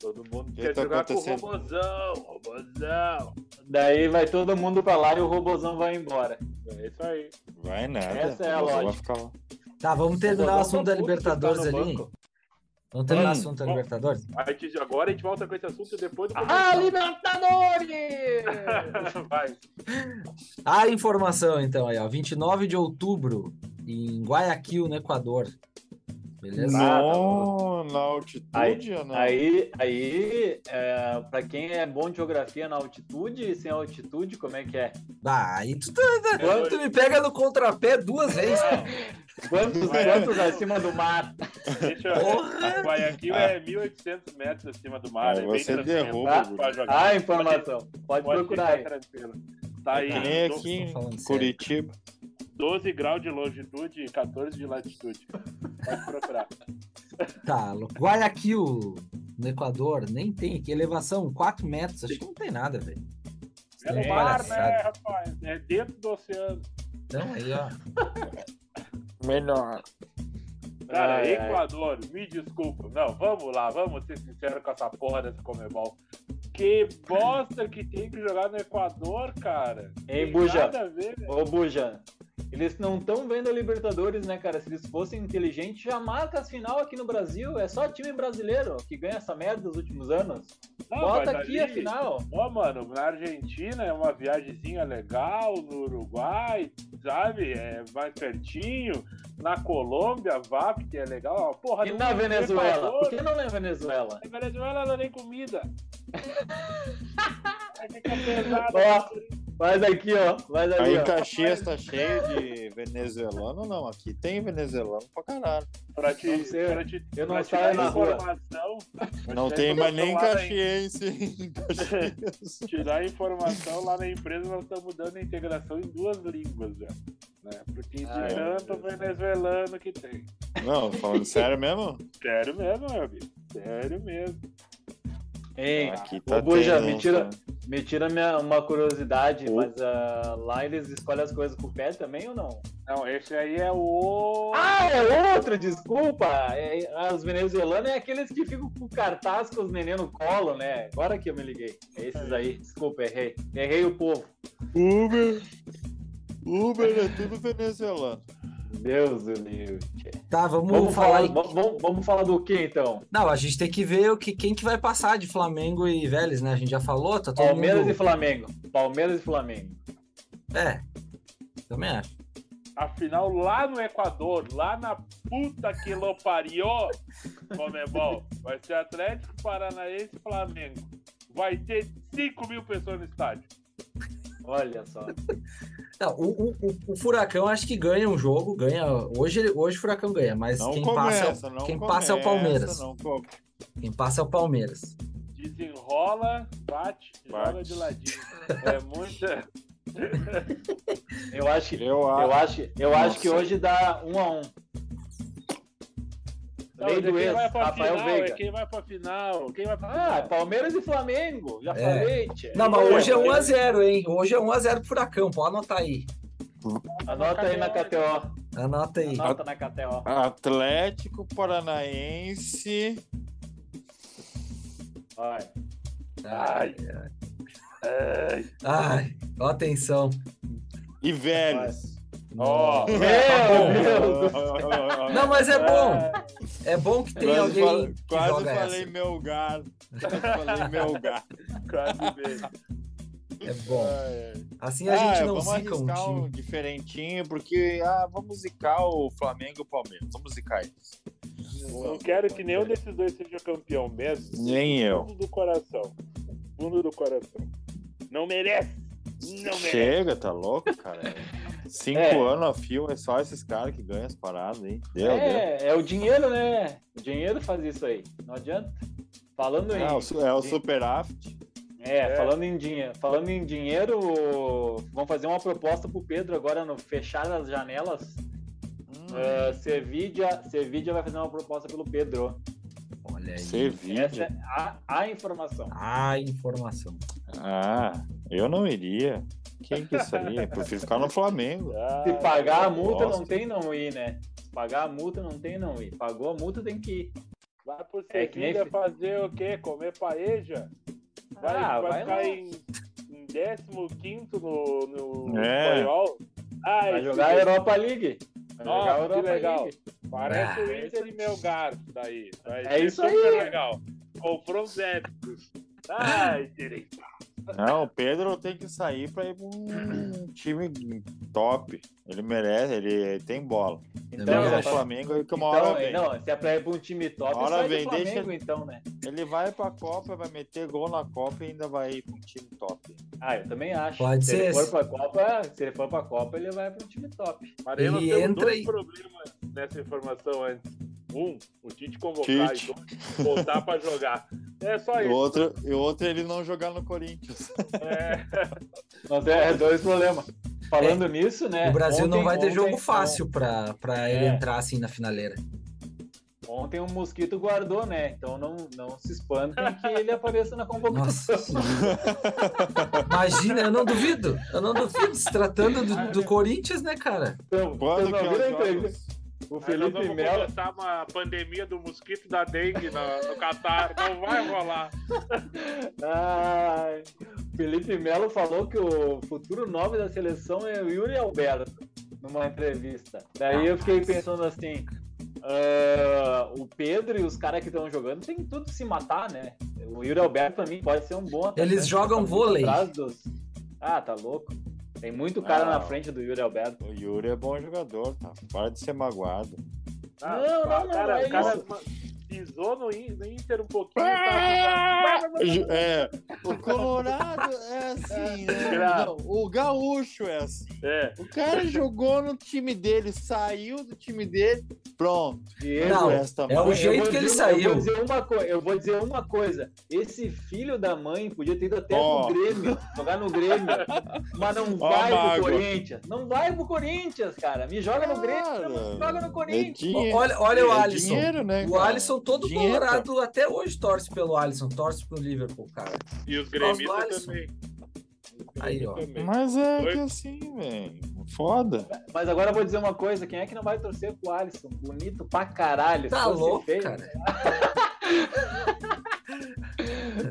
S3: todo mundo
S2: que
S3: quer
S2: tá
S3: jogar
S2: acontecendo?
S3: com o Robozão, Robozão.
S4: Daí vai todo mundo pra lá e o robozão vai embora.
S3: É isso aí.
S2: Vai nada.
S4: Essa é a
S2: Você vai
S4: lógica.
S2: ficar lá.
S5: Tá, vamos terminar o assunto da Libertadores
S4: Tá no
S5: ali.
S4: banco.
S5: Vamos terminar o
S2: Hum,
S5: assunto da
S3: bom.
S5: Libertadores?
S3: A gente, agora a gente volta com esse assunto depois do
S4: Ah,
S3: comercial.
S4: Libertadores!
S3: Vai.
S5: A informação, então, aí, ó. 29 de outubro, em Guayaquil, no Equador.
S4: Hum.
S5: Beleza?
S2: Não, na altitude ou não?
S4: Aí, aí é, pra quem é bom de geografia na altitude e sem altitude, como é que é?
S5: Ah, aí tu, tá- tá- tu me pega no contrapé duas vezes.
S4: Quantos
S3: Vai.
S4: quantos acima do mar?
S3: Deixa
S5: Porra!
S3: eu... Guayaquil é 1.800 metros acima do mar.
S2: Ah,
S3: é bem
S2: você
S3: tranquilo.
S2: derruba,
S3: Dá
S2: Guto.
S3: pra jogar.
S4: Ah, informação. Pode,
S3: Pode
S4: procurar
S3: ficar
S4: aí.
S3: tranquilo. Tá aí.
S2: É Que nem
S3: do-
S2: aqui em
S5: falando sério.
S2: Curitiba.
S3: 12 graus de longitude e 14 de latitude. Pode procurar.
S5: Tá, louco. Guayaquil, no Equador, nem tem aqui. Elevação 4 metros, acho que não tem nada, velho. Isso
S3: É
S5: daí
S3: no
S5: é
S3: mar,
S5: palhaçada.
S3: né, rapaz? É dentro do oceano.
S5: Então aí, ó.
S2: Menor.
S3: Cara,
S4: Ai, ai.
S3: Equador, me desculpa. Não, vamos lá, vamos ser sinceros com essa porra dessa Comebol. Que bosta que tem que jogar no Equador, cara.
S4: Ei,
S3: Tem
S4: Buja.
S3: Nada a ver, velho.
S4: Ô, Buja, eles não estão vendo a Libertadores, né, cara? Se eles fossem inteligentes, já marca as final aqui no Brasil. É só time brasileiro que ganha essa merda nos últimos anos.
S3: Não,
S4: Bota
S3: Ah, mas ali-
S4: aqui a final.
S3: Pô, mano, na Argentina é uma viagemzinha legal, no Uruguai, sabe? É mais pertinho. Na Colômbia, VAP, que é legal. Porra,
S4: E
S3: não
S4: na
S3: tem
S4: tá Venezuela?
S3: Equador.
S4: Por que não na Venezuela?
S3: Na Venezuela não tem comida. é Aí fica pesado.
S4: Ó, Faz aqui, ó. Faz
S2: Aí
S4: ali, ó.
S2: Caxias tá cheio de venezuelano, não. Aqui tem venezuelano pra caralho.
S3: Pra te,
S4: Não sei,
S3: pra te,
S4: eu não
S3: pra te
S4: saio
S3: dar
S4: na rua.
S3: informação. pra
S2: Não
S3: te dar
S2: tem mais nem
S3: informação lá na-
S2: caxiense em Caxias.
S3: Te dar informação lá na empresa, nós estamos dando a integração em duas línguas, já. Né? Porque de
S5: Ah, é.
S3: tanto venezuelano que tem.
S2: Não, falando sério mesmo?
S3: Sério mesmo, meu amigo. Sério mesmo.
S4: Hein,
S2: Aqui
S4: ô, Buja,
S2: tendo
S4: me
S2: uns,
S4: tira-
S2: né?
S4: me tira minha- uma curiosidade,
S2: Ô.
S4: mas ah, lá eles escolhem as coisas com o pé também ou não?
S3: Não, esse aí é o.
S4: Ah, é outro, desculpa! É, os venezuelanos é aqueles que ficam com o cartaz com os neném no colo, né? Agora que eu me liguei. É esses aí, desculpa, errei. Errei o povo.
S2: Uber. Uber é tudo venezuelano.
S4: Deus do livro.
S5: Tá, vamos,
S4: Vamos falar,
S5: falar. em-
S4: vamos, vamos falar do que então?
S5: Não, a gente tem que ver o que, quem que vai passar de Flamengo e Vélez, né? A gente já falou, tá todo
S4: Palmeiras
S5: mundo...
S4: e Flamengo. Palmeiras e Flamengo.
S5: É, também acho.
S3: Afinal, lá no Equador, lá na puta que lo pariu, Comebol, vai ser Atlético Paranaense e Flamengo. Vai ter 5 mil pessoas no estádio.
S4: Olha só.
S5: Não, o, o- o- o Furacão acho que ganha um jogo, ganha. Hoje, ele- hoje o Furacão ganha, mas
S2: Não
S5: quem
S2: começa,
S5: passa, é o-
S2: não
S5: quem
S2: começa,
S5: passa é o Palmeiras.
S2: Não co-
S5: Quem passa é o Palmeiras.
S3: Desenrola, bate, joga
S2: Bate.
S3: de ladinho. É muita.
S4: Eu acho que.
S2: Eu
S4: Eu
S2: acho.
S4: acho, eu acho que hoje dá um a um. Lei
S3: Não,
S4: do
S3: é quem
S4: ex,
S3: vai pra
S4: Rafael
S3: final,
S4: Veiga.
S3: é quem vai pra final. Quem vai pra
S4: Ah,
S3: final.
S4: Palmeiras e Flamengo. Já
S5: É.
S4: falei, tchê.
S5: Não, mas hoje é
S4: Ué,
S5: 1x0, hein? Hoje é 1x0 pro Furacão, pode anotar aí.
S4: Anota aí na KTO.
S5: Anota aí.
S4: Anota na KTO.
S2: Atlético Paranaense.
S4: Vai.
S5: Ai, ai. Ó, atenção.
S2: E Vélez.
S3: Ó,
S5: Nossa.
S4: Meu Deus!
S5: Não, mas é bom. É bom que tem
S2: Quase
S5: alguém
S2: fal-
S5: que
S2: quase
S5: joga
S2: falei meu lugar. Quase falei meu lugar.
S3: quase bem.
S5: essa. É bom. Assim a
S2: Ah,
S5: gente não
S2: vamos
S5: zica um
S2: arriscar um
S5: time.
S2: diferentinho, porque ah, vamos zicar o Flamengo e o Palmeiras. Vamos zicar eles.
S3: Não quero que nenhum desses dois seja campeão mesmo.
S2: Nem eu.
S3: fundo do coração. Fundo do coração. Não merece. Não merece.
S2: Chega, tá louco, cara? Cinco
S4: É.
S2: anos a fio, é só esses caras que ganham as paradas, hein? Deu, deu.
S4: É, é o dinheiro, né? O dinheiro faz isso aí. Não adianta. Falando em,
S2: É o, su- é o superávit.
S4: é,
S3: é.
S4: falando em dinheiro, falando em dinheiro, vamos fazer uma proposta pro Pedro agora no fechar as janelas.
S2: Hum. É,
S4: Uh, Servidia, Servidia vai fazer uma proposta pelo Pedro.
S5: Olha aí.
S4: Essa
S2: Servida.
S4: é a, a informação.
S5: Ah, informação.
S2: Ah, eu não iria. Quem que isso aí? Eu prefiro ficar no Flamengo.
S3: Ah,
S4: Se pagar a multa,
S2: gosto.
S4: não tem não ir, né? Se pagar a multa, não tem não ir. Pagou a multa, tem que ir.
S3: Vai pro
S4: É que nem
S3: Sevilha
S4: fe-
S3: fazer o quê? Comer paeja? Vai,
S4: Ah,
S3: vai
S4: vai
S3: ficar
S4: lá.
S3: em, em 15 no, no
S2: É.
S3: espanhol. Ai,
S4: Vai jogar a
S3: que-
S4: Europa League. Vai
S3: Nossa,
S4: jogar a
S3: que
S4: Europa
S3: legal.
S4: League.
S3: Parece
S5: Ah.
S3: o Inter e Melgar. Daí. Vai
S4: É
S3: ser
S4: isso aí.
S3: super legal. Confrontos épicos. Ai, direito.
S2: Não, o Pedro tem que sair pra ir pra um time top. Ele merece, ele tem bola. Então,
S5: acho.
S2: o Flamengo aí que uma
S4: então,
S2: hora vem.
S4: não, se é pra ir pra um time top,
S2: Uma hora
S4: sai
S2: vem,
S4: do Flamengo,
S2: deixa-
S4: então, né?
S2: Ele vai pra Copa, vai meter gol na Copa e ainda vai ir pra um time top.
S4: Ah, eu também acho.
S5: Pode
S4: se
S5: ser
S4: ele for
S5: esse.
S4: pra Copa, se ele for pra Copa, ele vai pra um time top.
S3: Mariano
S5: Ele
S3: tem
S5: entra
S3: dois
S5: e-
S3: problemas nessa informação antes. Um, o Tite convocar
S2: Tite.
S3: e dois, voltar pra jogar. É só
S2: E
S3: isso.
S2: o outro, e o outro é ele não jogar no Corinthians.
S3: É,
S4: Nós é dois problemas. Falando nisso,
S2: É,
S4: né?
S5: É, O Brasil não
S4: ontem-
S5: vai ter
S4: ontem-
S5: jogo fácil pra, pra ele
S4: É.
S5: entrar assim na finaleira.
S4: Ontem o Mosquito guardou, né? Então não, não se espantem que ele apareça na convocação.
S5: Nossa. Imagina, eu não duvido. Eu não duvido. Se tratando do, do Corinthians, né, cara?
S4: Então,
S2: Quando que
S4: vocês não
S2: é
S4: viram a
S2: os
S4: entrevista?
S2: jogos?
S4: O
S3: aí nós
S4: Felipe
S3: vamos
S4: Melo.
S3: começar uma pandemia do mosquito da dengue na- no, Catar. Não vai rolar.
S4: Ai, o Felipe Melo falou que o futuro nome da seleção é o Yuri Alberto, numa entrevista. Daí eu fiquei pensando assim: ah, o Pedro e os caras que estão jogando tem tudo que se matar, né? O Yuri Alberto, pra mim, pode ser um bom. atacante,
S5: Eles jogam
S4: tá muito
S5: vôlei.
S4: atrás dos- Ah, tá louco. Tem muito cara
S2: Ah.
S4: na frente do Yuri Alberto.
S2: O Yuri é bom jogador, tá? Para de ser magoado.
S4: Não, não, não,
S3: Cara,
S4: é
S3: o cara
S4: isso.
S3: ma- pisou no, In- no Inter um pouquinho. Tá,
S2: É, o Colorado é assim, né?
S3: Gra-
S2: Não, o gaúcho é assim.
S3: é,
S2: O cara jogou no time dele, saiu do time dele, pronto.
S4: Diego,
S5: Não,
S2: esta
S5: É o
S4: Eu
S5: jeito
S4: vou
S5: que ele
S4: dizer- um, Eu
S5: saiu.
S4: vou, dizer uma co- eu vou dizer uma coisa. Esse filho da mãe podia ter ido até
S2: Ó.
S4: pro Grêmio, jogar no Grêmio. mas não
S2: Ó a
S4: vai pro
S2: mágoa.
S4: Corinthians. Não vai pro Corinthians, cara. Me joga no
S2: Ah,
S4: Grêmio, não joga no
S2: É
S4: Corinthians.
S2: dinheiro.
S5: Olha, olha o
S2: é
S5: Alisson.
S2: dinheiro, né,
S5: O
S2: cara?
S5: Alisson, todo
S2: Dinheiro.
S5: colorado, até hoje torce pelo Alisson, torce pro Liverpool, cara.
S3: e os
S5: Nós dois.
S3: gremistas também. Os
S5: Aí,
S3: gremistas
S5: ó.
S3: também.
S2: Mas é
S3: Foi.
S2: que assim, velho. Foda.
S4: Mas agora eu vou dizer uma coisa. Quem é que não vai torcer pro Alisson? Bonito pra caralho.
S5: Tá
S4: fosse
S5: louco,
S4: feio.
S5: cara.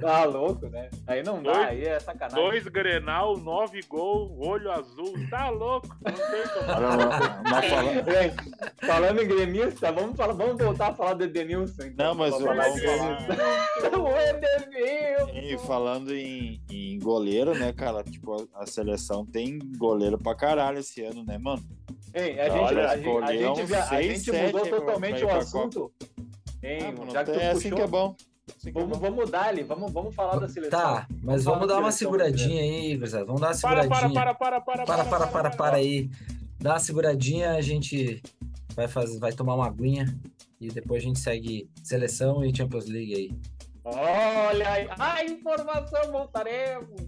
S4: Tá louco, né? Aí não dá,
S3: Dois-
S4: aí é sacanagem.
S3: Dois Grenal, nove gol, olho azul. Tá louco? Não tem como.
S2: Cara, na- na fala-
S4: Bem, falando em gremista, vamos, falar- vamos voltar a falar do Edenilson. então.
S2: Não, mas o-
S4: Vamos falar
S2: vamos
S4: do
S2: falar.
S4: Edenilson. O Edenilson!
S2: E falando em, em goleiro, né, cara? Tipo, a, a seleção tem goleiro pra caralho esse ano, né, mano?
S4: Hein, a, gente,
S2: Olha,
S4: a, gente, a
S2: escolheu
S4: gente via- a
S2: seis,
S4: gente mudou
S2: sete pra-
S4: totalmente
S2: pra ir
S4: o
S2: pra
S4: assunto. Hein,
S2: Ah, mano,
S4: já que tu
S2: é assim
S4: puxou,
S2: que é bom. Assim que é
S4: vamos,
S2: bom.
S4: vamos dar ali, vamos, vamos falar da seleção.
S5: Tá, mas
S4: falar
S5: vamos
S4: da
S5: dar uma
S4: seleção
S5: seguradinha aí, gurizada. Vamos dar uma
S3: Para,
S5: seguradinha.
S3: para, para, para, para,
S5: para, para, para, para aí. Dá uma seguradinha, a gente vai, fazer, vai tomar uma aguinha e depois a gente segue seleção e Champions League aí.
S4: Olha aí, a informação, voltaremos.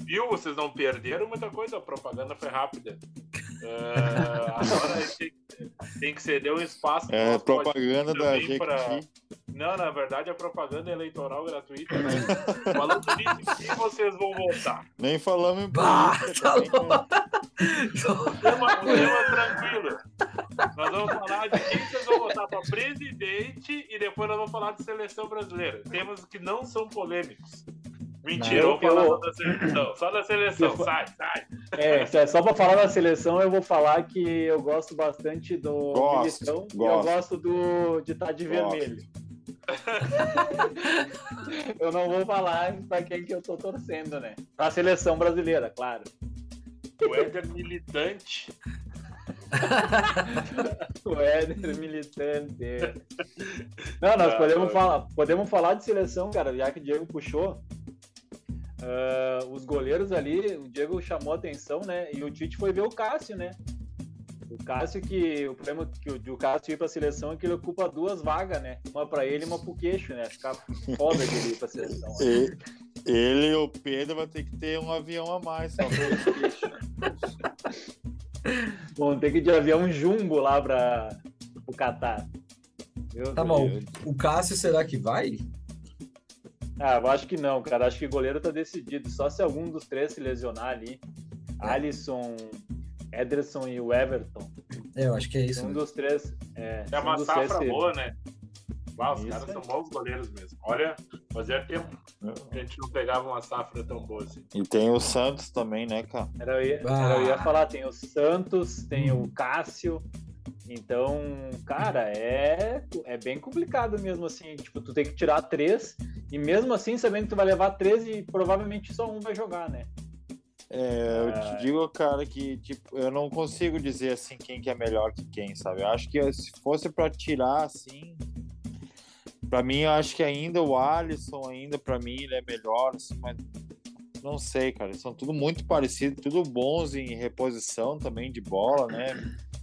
S3: Viu? Vocês não perderam muita coisa, a propaganda foi rápida. Ah, agora a gente tem que ceder um espaço. pro
S2: É
S3: nosso
S2: propaganda
S3: podcast
S2: da
S3: também
S2: Jequiti.
S3: pra- Não, na verdade a propaganda é eleitoral gratuita, né? Falando nisso, que vocês vão voltar.
S2: Nem falamos em
S5: Bah,
S2: política
S5: tá
S2: também, né?
S3: Um tema, um tema tranquilo. Nós vamos falar de quem vocês vão votar para presidente e depois nós vamos falar de seleção brasileira. Temas que não são polêmicos. Mentira,
S4: Não,
S3: vamos falar
S4: eu-
S3: só da seleção. Só da seleção, sai, sai.
S4: É, se é só pra falar da seleção, eu vou falar que eu gosto bastante do
S2: Gosto,
S4: Militão e eu
S2: gosto.
S4: gosto do, de estar de
S2: Gosto.
S4: vermelho. eu não vou falar pra quem que eu tô torcendo, né? Pra seleção brasileira, claro.
S3: O Éder militante.
S4: O Éder militante. Não, nós
S3: Ah,
S4: podemos,
S3: tá.
S4: falar, podemos falar de seleção, cara, já que o Diego puxou. Ah, os goleiros ali, o Diego chamou a atenção, né? E o Tite foi ver o Cássio, né? O Cássio que. O problema que o, do Cássio ir pra seleção é que ele ocupa duas vagas, né? Uma pra ele e uma pro queixo, né? Fica foda de ele ir pra seleção. né?
S2: E- Ele e o Pedro vai ter que ter um avião a mais. Só pra eles.
S4: Vão ter que ir de avião jumbo lá pra o Catar. Meu
S5: Tá
S4: Deus.
S5: bom. O Cássio, será que vai?
S4: Ah, eu acho que não, cara. Acho que goleiro tá decidido. Só se algum dos três se lesionar ali.
S2: É.
S4: Alisson, Ederson e o Everton.
S5: É, eu acho que é
S4: Se
S5: isso.
S4: um
S5: né?
S4: dos três. É,
S3: É
S4: se um
S3: uma
S4: dos
S3: safra
S4: se-
S3: boa, né? Uau, os
S4: Isso
S3: caras
S4: aí.
S3: são bons goleiros mesmo. Olha, Fazia tempo. que A gente não pegava uma safra tão boa assim.
S2: E tem o Santos também, né, cara?
S4: Era, eu ia,
S2: Ah.
S4: era, eu ia falar, tem o Santos, tem
S2: Hum.
S4: o Cássio. Então, cara, é, é bem complicado mesmo assim. Tipo, tu tem que tirar três, e mesmo assim, sabendo que tu vai levar três e provavelmente só um vai jogar, né? Ah,
S2: É, eu te digo, cara, que tipo, eu não consigo dizer assim quem que é melhor que quem, sabe? Eu acho que eh, se fosse pra tirar assim, pra mim eu acho que ainda o Alisson ainda pra mim ele é melhor, assim, mas não sei, cara, eles são tudo muito parecidos, tudo bons em reposição também de bola, né?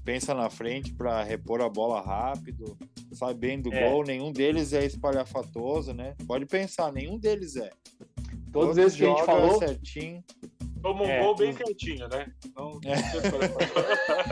S2: Pensa na frente pra repor a bola rápido, sai bem do
S3: É.
S2: gol, nenhum deles é espalhafatoso, né? Pode pensar, nenhum deles é.
S4: Todos esses que a gente
S2: jogam
S4: falou,
S2: certinho.
S3: Toma um
S4: É,
S3: gol bem
S4: tu-
S3: quietinho, né? Então,
S2: É.
S4: se tu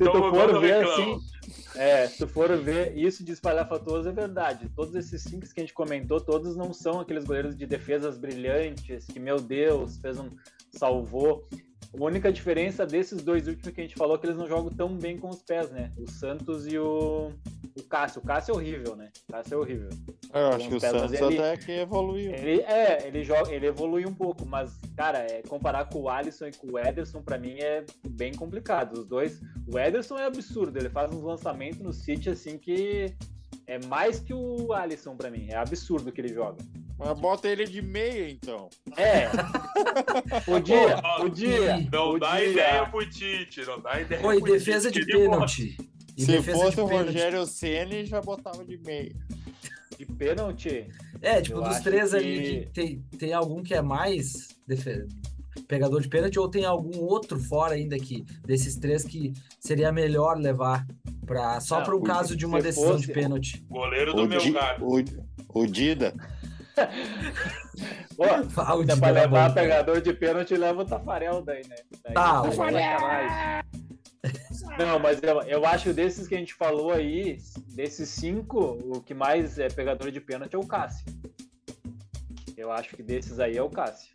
S3: Então, agora
S4: for
S3: eu
S4: ver
S3: reclamo.
S4: assim, é, se tu for ver isso de espalhafatoso é verdade. Todos esses cinco que a gente comentou, todos não são aqueles goleiros de defesas brilhantes que meu Deus fez um salvou. A única diferença desses dois últimos que a gente falou é que eles não jogam tão bem com os pés, né? O Santos e o, o Cássio. O Cássio é horrível, né? O Cássio é horrível.
S2: Eu acho que o
S4: Pelas
S2: Santos
S4: ali.
S2: até que evoluiu.
S4: Ele é, ele joga, ele evolui um pouco, mas cara, é, comparar com o Alisson e com o Ederson pra mim é bem complicado. Os dois, o Ederson é absurdo, ele faz uns lançamentos no City assim que é mais que o Alisson pra mim, é absurdo que ele joga.
S2: Mas bota ele de meia, então.
S4: É. Podia,
S3: Pô,
S4: podia.
S3: Não
S4: podia.
S3: dá ideia pro Tite, não dá ideia
S5: Pô, e
S3: pro Tite.
S5: defesa de
S3: Ele
S5: pênalti. E
S2: Se
S5: defesa
S2: fosse
S5: de
S2: o
S5: pênalti.
S2: Rogério Ceni, já botava de meia.
S4: de pênalti.
S5: É, tipo,
S4: Eu
S5: dos
S4: acho
S5: três
S4: que-
S5: ali, que tem, tem algum que é mais defe- pegador de pênalti ou tem algum outro fora ainda que desses três que seria melhor levar para só
S4: Não,
S5: para o
S4: o-
S5: caso de uma
S4: se
S5: decisão
S4: fosse-
S5: de pênalti.
S3: Goleiro do meu
S2: Di-
S3: gato.
S2: o- o Dida.
S4: Ó, ainda
S5: Ah, o Dida
S4: pra
S5: era
S4: levar
S5: bom, cara.
S4: pegador de pênalti, leva o Tafarel daí, né? Daí
S5: Tá,
S4: é sacanagem. Não, mas eu, eu acho que desses que a gente falou aí, desses cinco, o que mais é pegador de pênalti é o Cássio. Eu acho que desses aí é o Cássio.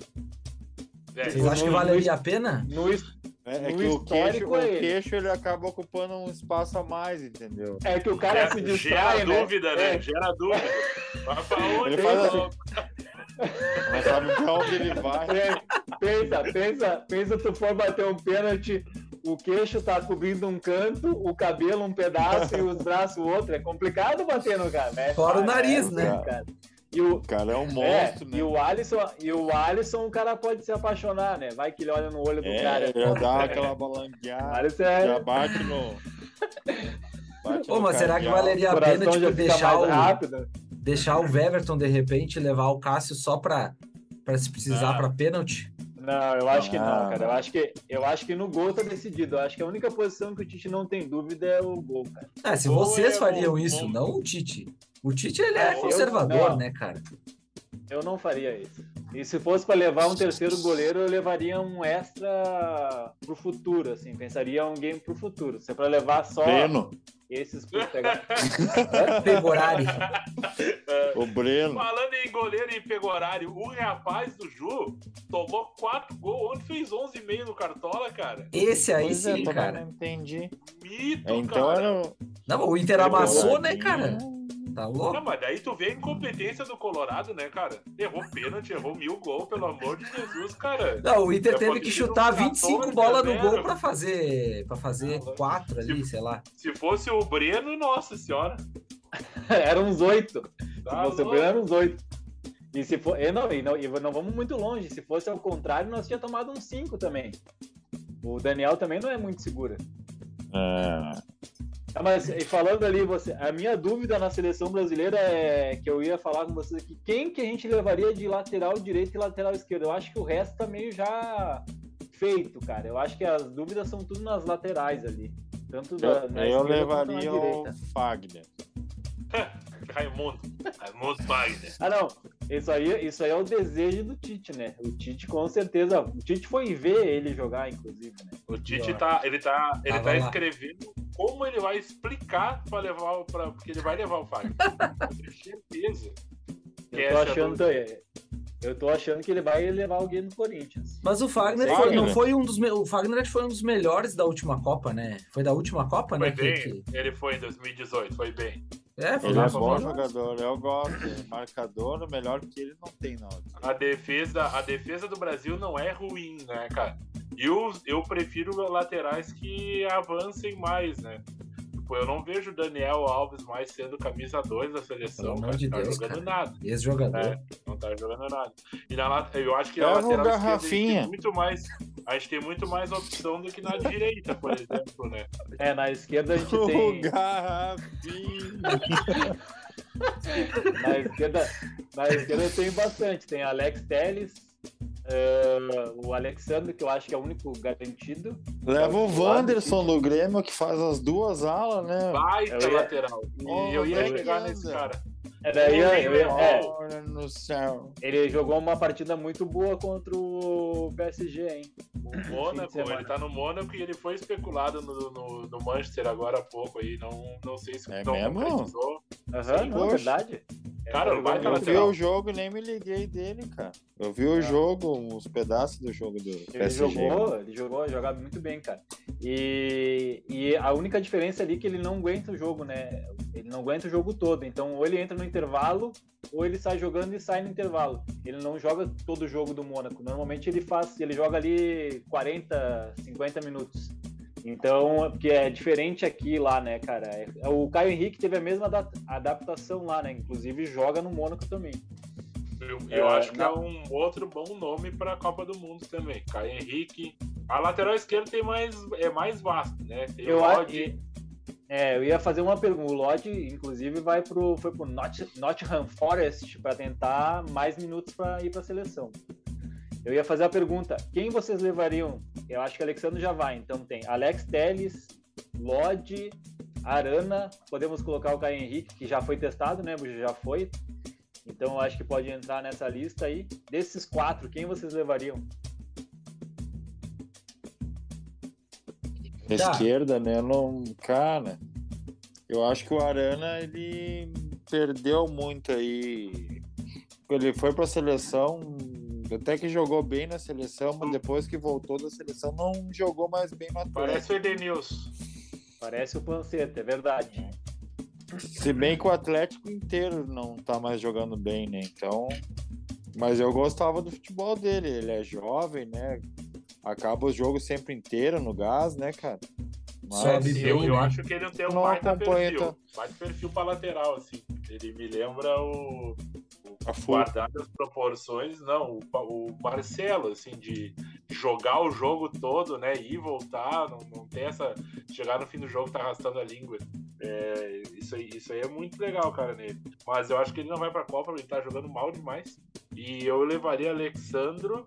S3: É,
S5: Vocês acham que
S4: Não,
S5: valeria a pena?
S4: No, es-
S2: É, é
S4: No
S2: que o queixo,
S4: histórico é
S2: o
S4: ele.
S2: queixo ele acaba ocupando um espaço a mais, entendeu?
S4: é que o cara
S3: gera,
S4: se
S3: gera
S4: distrai, né?
S3: dúvida, né?
S4: É.
S3: Gera dúvida. Mas pra onde?
S2: Ele faz assim. Mas sabe pra onde ele vai?
S4: É, pensa, pensa, pensa tu for bater um pênalti, o queixo tá cobrindo um canto, o cabelo um pedaço e os braços outro. É complicado bater no cara, né?
S5: Fora o
S4: Ah,
S5: nariz,
S4: é,
S5: né?
S4: cara. E o,
S2: O cara é um
S4: é,
S2: monstro, né?
S4: e o Alisson, e o Alisson, o cara pode se apaixonar, né? Vai que ele olha no olho do
S2: É,
S4: cara.
S2: ele dá aquela
S4: O
S2: balangueada,
S4: Alisson é-
S2: já bate no... Bate
S5: Ô,
S2: no
S5: mas será que
S2: cardeal.
S5: valeria
S4: o
S5: a pena
S4: coração já
S5: tipo,
S4: fica
S5: deixar,
S4: mais
S5: o,
S4: rápido.
S5: deixar o Weverton de repente e levar o Cássio só para para se precisar
S3: Ah.
S5: para pênalti?
S4: Não, eu acho que não,
S2: Ah.
S4: cara. Eu acho que, eu acho que no gol tá decidido. Eu acho que a única posição que o Tite não tem dúvida é o gol, cara.
S5: É, se
S3: Ou
S5: vocês
S3: é o-
S5: fariam
S3: ou-
S5: isso, não o Tite. O Tite ele é
S4: Ah, eu-
S5: conservador,
S4: não.
S5: né, cara?
S4: Eu não faria isso. E se fosse pra levar um terceiro goleiro, eu levaria um extra pro futuro, assim. Pensaria um game pro futuro. Se é pra levar só
S2: Breno,
S4: esses por pegar.
S5: Pegorari.
S2: o Breno.
S3: Falando em goleiro e pegorário, o rapaz do Ju tomou 4 gols. Ontem fez 11,5 no Cartola, cara.
S5: Esse aí
S2: Pois é,
S5: sim,
S2: também
S5: cara.
S2: não entendi.
S3: Mito,
S2: É, Então
S3: cara.
S2: era o-
S5: Não, o Inter
S2: Pegorari.
S5: amassou, né, cara? Tá
S3: Não,
S5: louco?
S3: mas daí tu vê a incompetência do Colorado, né, cara? Errou pênalti, errou mil gols, pelo amor de Jesus, cara.
S5: Não, o Inter
S3: Eu
S5: teve
S3: botei
S5: que
S3: no
S5: chutar 25 bolas
S3: 14
S5: no
S3: a
S5: gol
S3: 0.
S5: pra fazer para fazer
S3: Não,
S5: quatro ali,
S3: tipo,
S5: sei lá.
S3: Se fosse o Breno, nossa senhora.
S4: Eram uns oito.
S3: Tá
S4: se fosse o
S3: louco.
S4: Breno, eram uns oito. E se for, e não, e não, e não vamos muito longe. Se fosse ao contrário, nós tínhamos tomado uns cinco também. O Daniel também não é muito seguro.
S2: É.
S4: Ah, Mas e falando ali, você, a minha dúvida na seleção brasileira é que eu ia falar com vocês aqui, quem que a gente levaria de lateral direito e lateral esquerdo? Eu acho que o resto tá meio já feito, cara. Eu acho que as dúvidas são tudo nas laterais ali. Tanto da,
S2: Eu,
S4: na
S2: eu
S4: esquerda quanto é na
S2: levaria um o
S4: direita.
S2: Fagner.
S3: Raimundo. Raimundo Wagner.
S4: Ah, não. Isso aí, isso aí é o desejo do Tite, né? O Tite, com certeza. O Tite foi ver ele jogar, inclusive, né?
S3: O Tite
S5: Pior.
S3: tá, ele tá, ele
S5: Tava
S3: tá
S5: lá.
S3: escrevendo como ele vai explicar pra levar o. Pra, porque ele vai levar o Wagner. Eu tenho certeza. Que
S4: Eu tô,
S3: essa
S4: achando, eu tô achando que ele vai levar alguém do Corinthians.
S5: Mas o Fagner,
S2: Sei,
S5: foi-
S2: né?
S5: não foi um dos me... o Fagner acho que foi um dos melhores da última Copa, né? Foi da última Copa,
S3: Foi
S5: né? que-
S3: bem.
S5: que-
S3: Ele foi em 2018, foi bem.
S5: É,
S2: Ele é
S5: Rafa,
S2: bom
S5: Rafa.
S2: jogador, eu gosto. Marcador, melhor que ele não tem, não.
S3: A defesa, a defesa do Brasil não é ruim, né, cara? E eu, eu prefiro laterais que avancem mais, né? Tipo, eu não vejo o Daniel Alves mais sendo camisa 2 da seleção,
S5: Pelo
S3: cara.
S5: amor de
S3: não tá
S5: Deus,
S3: jogando
S5: cara.
S3: nada.
S5: Esse-jogador.
S3: É. Não tá jogando nada. E na, late- eu acho que na
S2: Pega
S3: lateral
S2: o
S3: esquerda a gente
S2: Garrafinha.
S3: tem muito mais. A gente tem muito mais opção do que na direita, por exemplo, né?
S4: É, na esquerda a gente
S2: O
S4: tem.
S2: Garrafinha.
S4: Na esquerda, na esquerda tem bastante. Tem Alex Telles, eh, o Alexandre, que eu acho que é o único garantido.
S2: Leva o Wanderson do Grêmio que faz as duas alas, né?
S3: Baita
S4: Então, Eu ia-
S3: lateral. E
S2: Oh,
S3: eu ia
S2: onde é que
S3: chegar
S2: anda?
S3: nesse cara.
S4: É, daí eu- eu- é,
S2: Ora no céu.
S4: ele jogou uma partida muito boa contra o PSG, hein?
S3: O
S4: Fim de
S3: Mônaco,
S4: semana.
S3: ele tá no Mônaco e ele foi especulado no, no, no Manchester agora há pouco aí. Não, não sei se
S2: É
S3: não
S2: mesmo?
S3: concretizou.
S4: Aham,
S2: Sim,
S4: não é
S2: poxa.
S4: verdade?
S3: Cara,
S4: Ele
S3: vai
S4: jogou
S2: Eu
S3: tá
S4: muito
S2: vi
S3: lateral.
S4: bem.
S2: o jogo e nem me liguei dele, cara. Eu vi o jogo, uns pedaços do jogo do
S4: Ele
S2: PSG.
S4: jogou, ele jogou, jogava muito bem, cara. E, e a única diferença ali é que ele não aguenta o jogo, né? Ele não aguenta o jogo todo. Então, ou ele entra no intervalo, ou ele sai jogando e sai no intervalo. Ele não joga todo o jogo do Mônaco. Normalmente ele faz, ele joga ali 40, 50 minutos. Então, porque é diferente aqui e lá, né, cara? É- O Caio Henrique teve a mesma ada- adaptação lá, né? Inclusive joga no Mônaco também.
S3: Eu, eu
S4: É,
S3: acho que
S4: na-
S3: é um outro bom nome para a Copa do Mundo também. Caio Henrique. A lateral esquerda tem mais, é mais vasto, né? Tem
S4: Eu
S3: o
S4: acho
S3: Lodi,
S4: que. É, eu ia fazer uma pergunta. O Lodge, inclusive, vai pro, foi pro Not- Nottingham Forest para tentar mais minutos para ir para a seleção. Eu ia fazer a pergunta: quem vocês levariam? Eu acho que o Alexandre já vai. Então tem Alex Telles, Lodge, Arana. Podemos colocar o Caio Henrique, que já foi testado, né? Buja? Já foi. Então eu acho que pode entrar nessa lista aí. Desses quatro, quem vocês levariam?
S2: Na
S5: Tá.
S2: esquerda, né? Não, cara, eu acho que o Arana ele perdeu muito aí. Ele foi pra seleção, até que jogou bem na seleção, mas depois que voltou da seleção não jogou mais bem na Atlético.
S3: Parece o Edenilson.
S4: Parece o Panceta, é verdade.
S2: Se bem que o Atlético inteiro não tá mais jogando bem, né? Então, mas eu gostava do futebol dele, ele é jovem, né? Acaba o jogo sempre inteiro no gás, né, cara? Mas
S5: Sobe
S3: Sim,
S5: bem,
S3: eu, eu
S5: né?
S3: acho que ele tem um
S2: Não
S3: baita
S2: acompanho,
S3: perfil. Baita perfil pra lateral, assim. Ele me lembra o. o
S2: A Fu-
S3: guardado as proporções, não. O, Pa- o Marcelo, assim, de jogar o jogo todo, né? Ir e voltar, não, não ter essa. Chegar no fim do jogo tá arrastando a língua. É, isso, aí, isso aí é muito legal, cara, nele. Mas eu acho que ele não vai pra Copa, ele tá jogando mal demais. E eu levaria Alexandro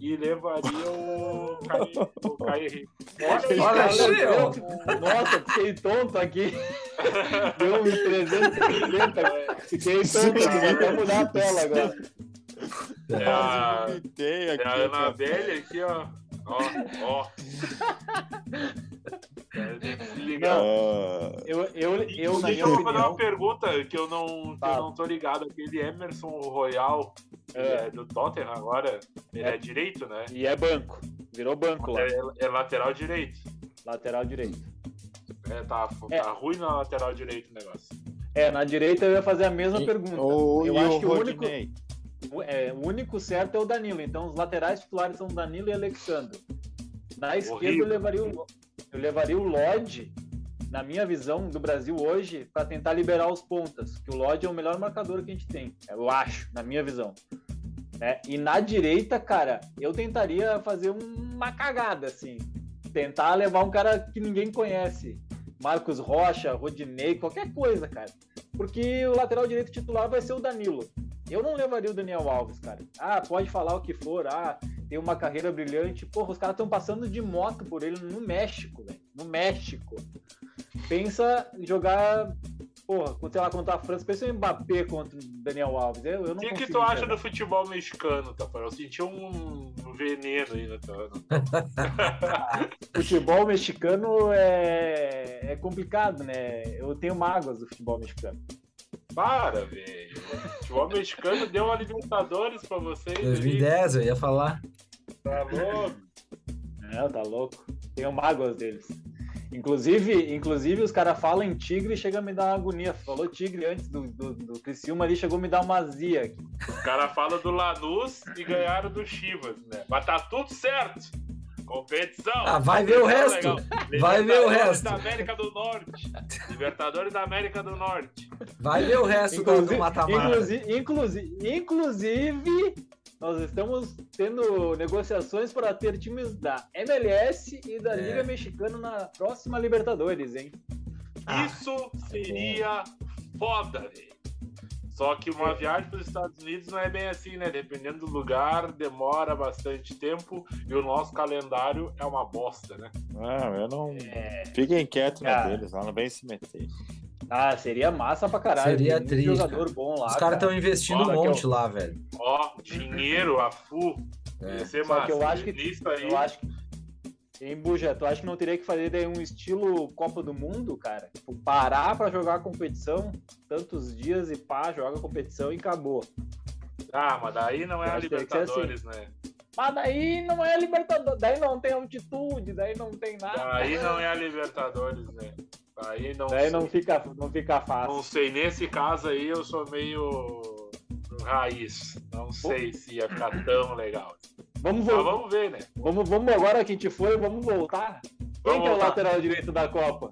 S3: e levaria o Caio- o Caio Henrique.
S5: Olha,
S4: Nossa,
S5: Gil!
S4: um Nossa, fiquei tonto aqui. Deu uns 360.
S3: né?
S4: Fiquei tonto, vou até mudar a tela agora.
S3: É a,
S2: vomitei
S3: é
S2: aqui,
S3: a
S2: cara.
S3: Anabelle aqui, ó. Ó, ó. É, tem que se ligar.
S2: Ah,
S4: Eu, eu, eu na
S3: Deixa
S4: minha
S3: eu fazer uma
S4: opinião,
S3: pergunta que eu não, que eu
S4: Fala.
S3: não tô ligado. Aquele Emerson Royal ele
S4: É.
S3: é do Tottenham agora, ele é, direito, né?
S4: e é banco. Virou banco lá,
S3: É, é lateral direito.
S4: lateral direito.
S3: É, tá,
S4: É.
S3: tá ruim na lateral direito o negócio.
S4: É, na direita eu ia fazer a mesma
S2: E-
S4: pergunta.
S2: o,
S4: eu
S2: e
S4: acho
S2: o
S4: que o único-
S2: Rodinei?
S4: O- é, o único certo é o Danilo. Então, os laterais titulares são Danilo e Alexandre. Na esquerda,
S3: Horrível.
S4: eu levaria, o, eu levaria o Lodge, na minha visão, do Brasil hoje, para tentar liberar os pontas. Que o Lodge é o melhor marcador que a gente tem, eu acho, na minha visão. Né? E na direita, cara, eu tentaria fazer uma cagada, assim. Tentar levar um cara que ninguém conhece. Marcos Rocha, Rodinei, qualquer coisa, cara. Porque o lateral direito titular vai ser o Danilo. Eu não levaria o Daniel Alves, cara. Ah, pode falar o que for, ah, tem uma carreira brilhante. Porra, os caras estão passando de moto por ele no México, velho. No México. Pensa em jogar, porra, sei lá, contra a França. Pensa em Mbappé contra o Daniel Alves. Eu, eu
S3: O
S4: não
S3: que, que
S4: consigo
S3: tu acha
S4: enxergar.
S3: do futebol mexicano, Tafarel? Eu senti um veneno aí na tua.
S4: futebol mexicano é, é complicado, né? Eu tenho mágoas do futebol mexicano.
S3: Para, velho. O futebol mexicano deu uma Libertadores pra vocês. ali.
S5: 2010, eu ia falar.
S3: Tá louco.
S4: É, Não, tá louco. Tenho mágoas deles. Inclusive, inclusive os caras falam em tigre e chega a me dar uma agonia. Falou tigre antes do, do, do Criciúma ali, chegou a me dar uma azia aqui.
S3: Os caras falam do Lanús e ganharam do Chivas, né? Mas tá tudo certo. Competição. é
S5: Ah, vai ver o resto.
S3: Legal.
S5: Vai ver o
S3: Libertadores
S5: resto.
S3: da América do Norte. Libertadores da América do Norte.
S5: Vai ver o resto do- do
S4: Inclusive,
S5: mata-mata.
S4: inclusive, inclusive, inclusive, nós estamos tendo negociações para ter times da MLS e da
S5: É.
S4: Liga Mexicana na próxima Libertadores, hein?
S5: Ah,
S3: Isso seria foda, velho. Só que uma viagem para os Estados Unidos não é bem assim, né? Dependendo do lugar, demora bastante tempo e o nosso calendário é uma bosta, né?
S2: Não, Ah, eu não.
S4: É.
S2: Fiquem quietos na
S4: Cara.
S2: deles lá, não vem se meter.
S4: Ah, seria massa pra caralho. tem
S5: Seria
S4: muito
S5: tri,
S4: jogador bom lá.
S5: Os caras estão investindo um
S4: Olha que
S5: monte lá, velho.
S3: Ó, dinheiro, a FU.
S5: É.
S3: Ia ser
S4: Só
S3: massa.
S4: que eu acho que-
S3: Nisso aí,
S4: Eu acho que. Hein, Buja, tu acha que não teria que fazer daí um estilo Copa do Mundo, cara? Tipo, parar pra jogar a competição, tantos dias e pá, joga a competição e acabou.
S3: Ah, mas daí não é
S4: Eu
S3: a
S4: acho que tem que ser assim.
S3: Libertadores, né?
S4: Mas daí não é Libertadores, daí não tem altitude, daí não tem nada.
S3: Daí não é a Libertadores, né? Daí não
S4: Daí
S3: sei.
S4: não fica, não fica
S3: Não
S4: fácil.
S3: sei, nesse caso aí eu sou meio raiz. Não sei se ia ficar tão legal.
S4: Vamos,
S3: Mas
S4: vol-
S3: vamos ver, né?
S4: vamos, vamos agora que a gente foi, vamos voltar. Quem
S3: Vamos
S4: que é o
S3: voltar.
S4: lateral direito da Copa?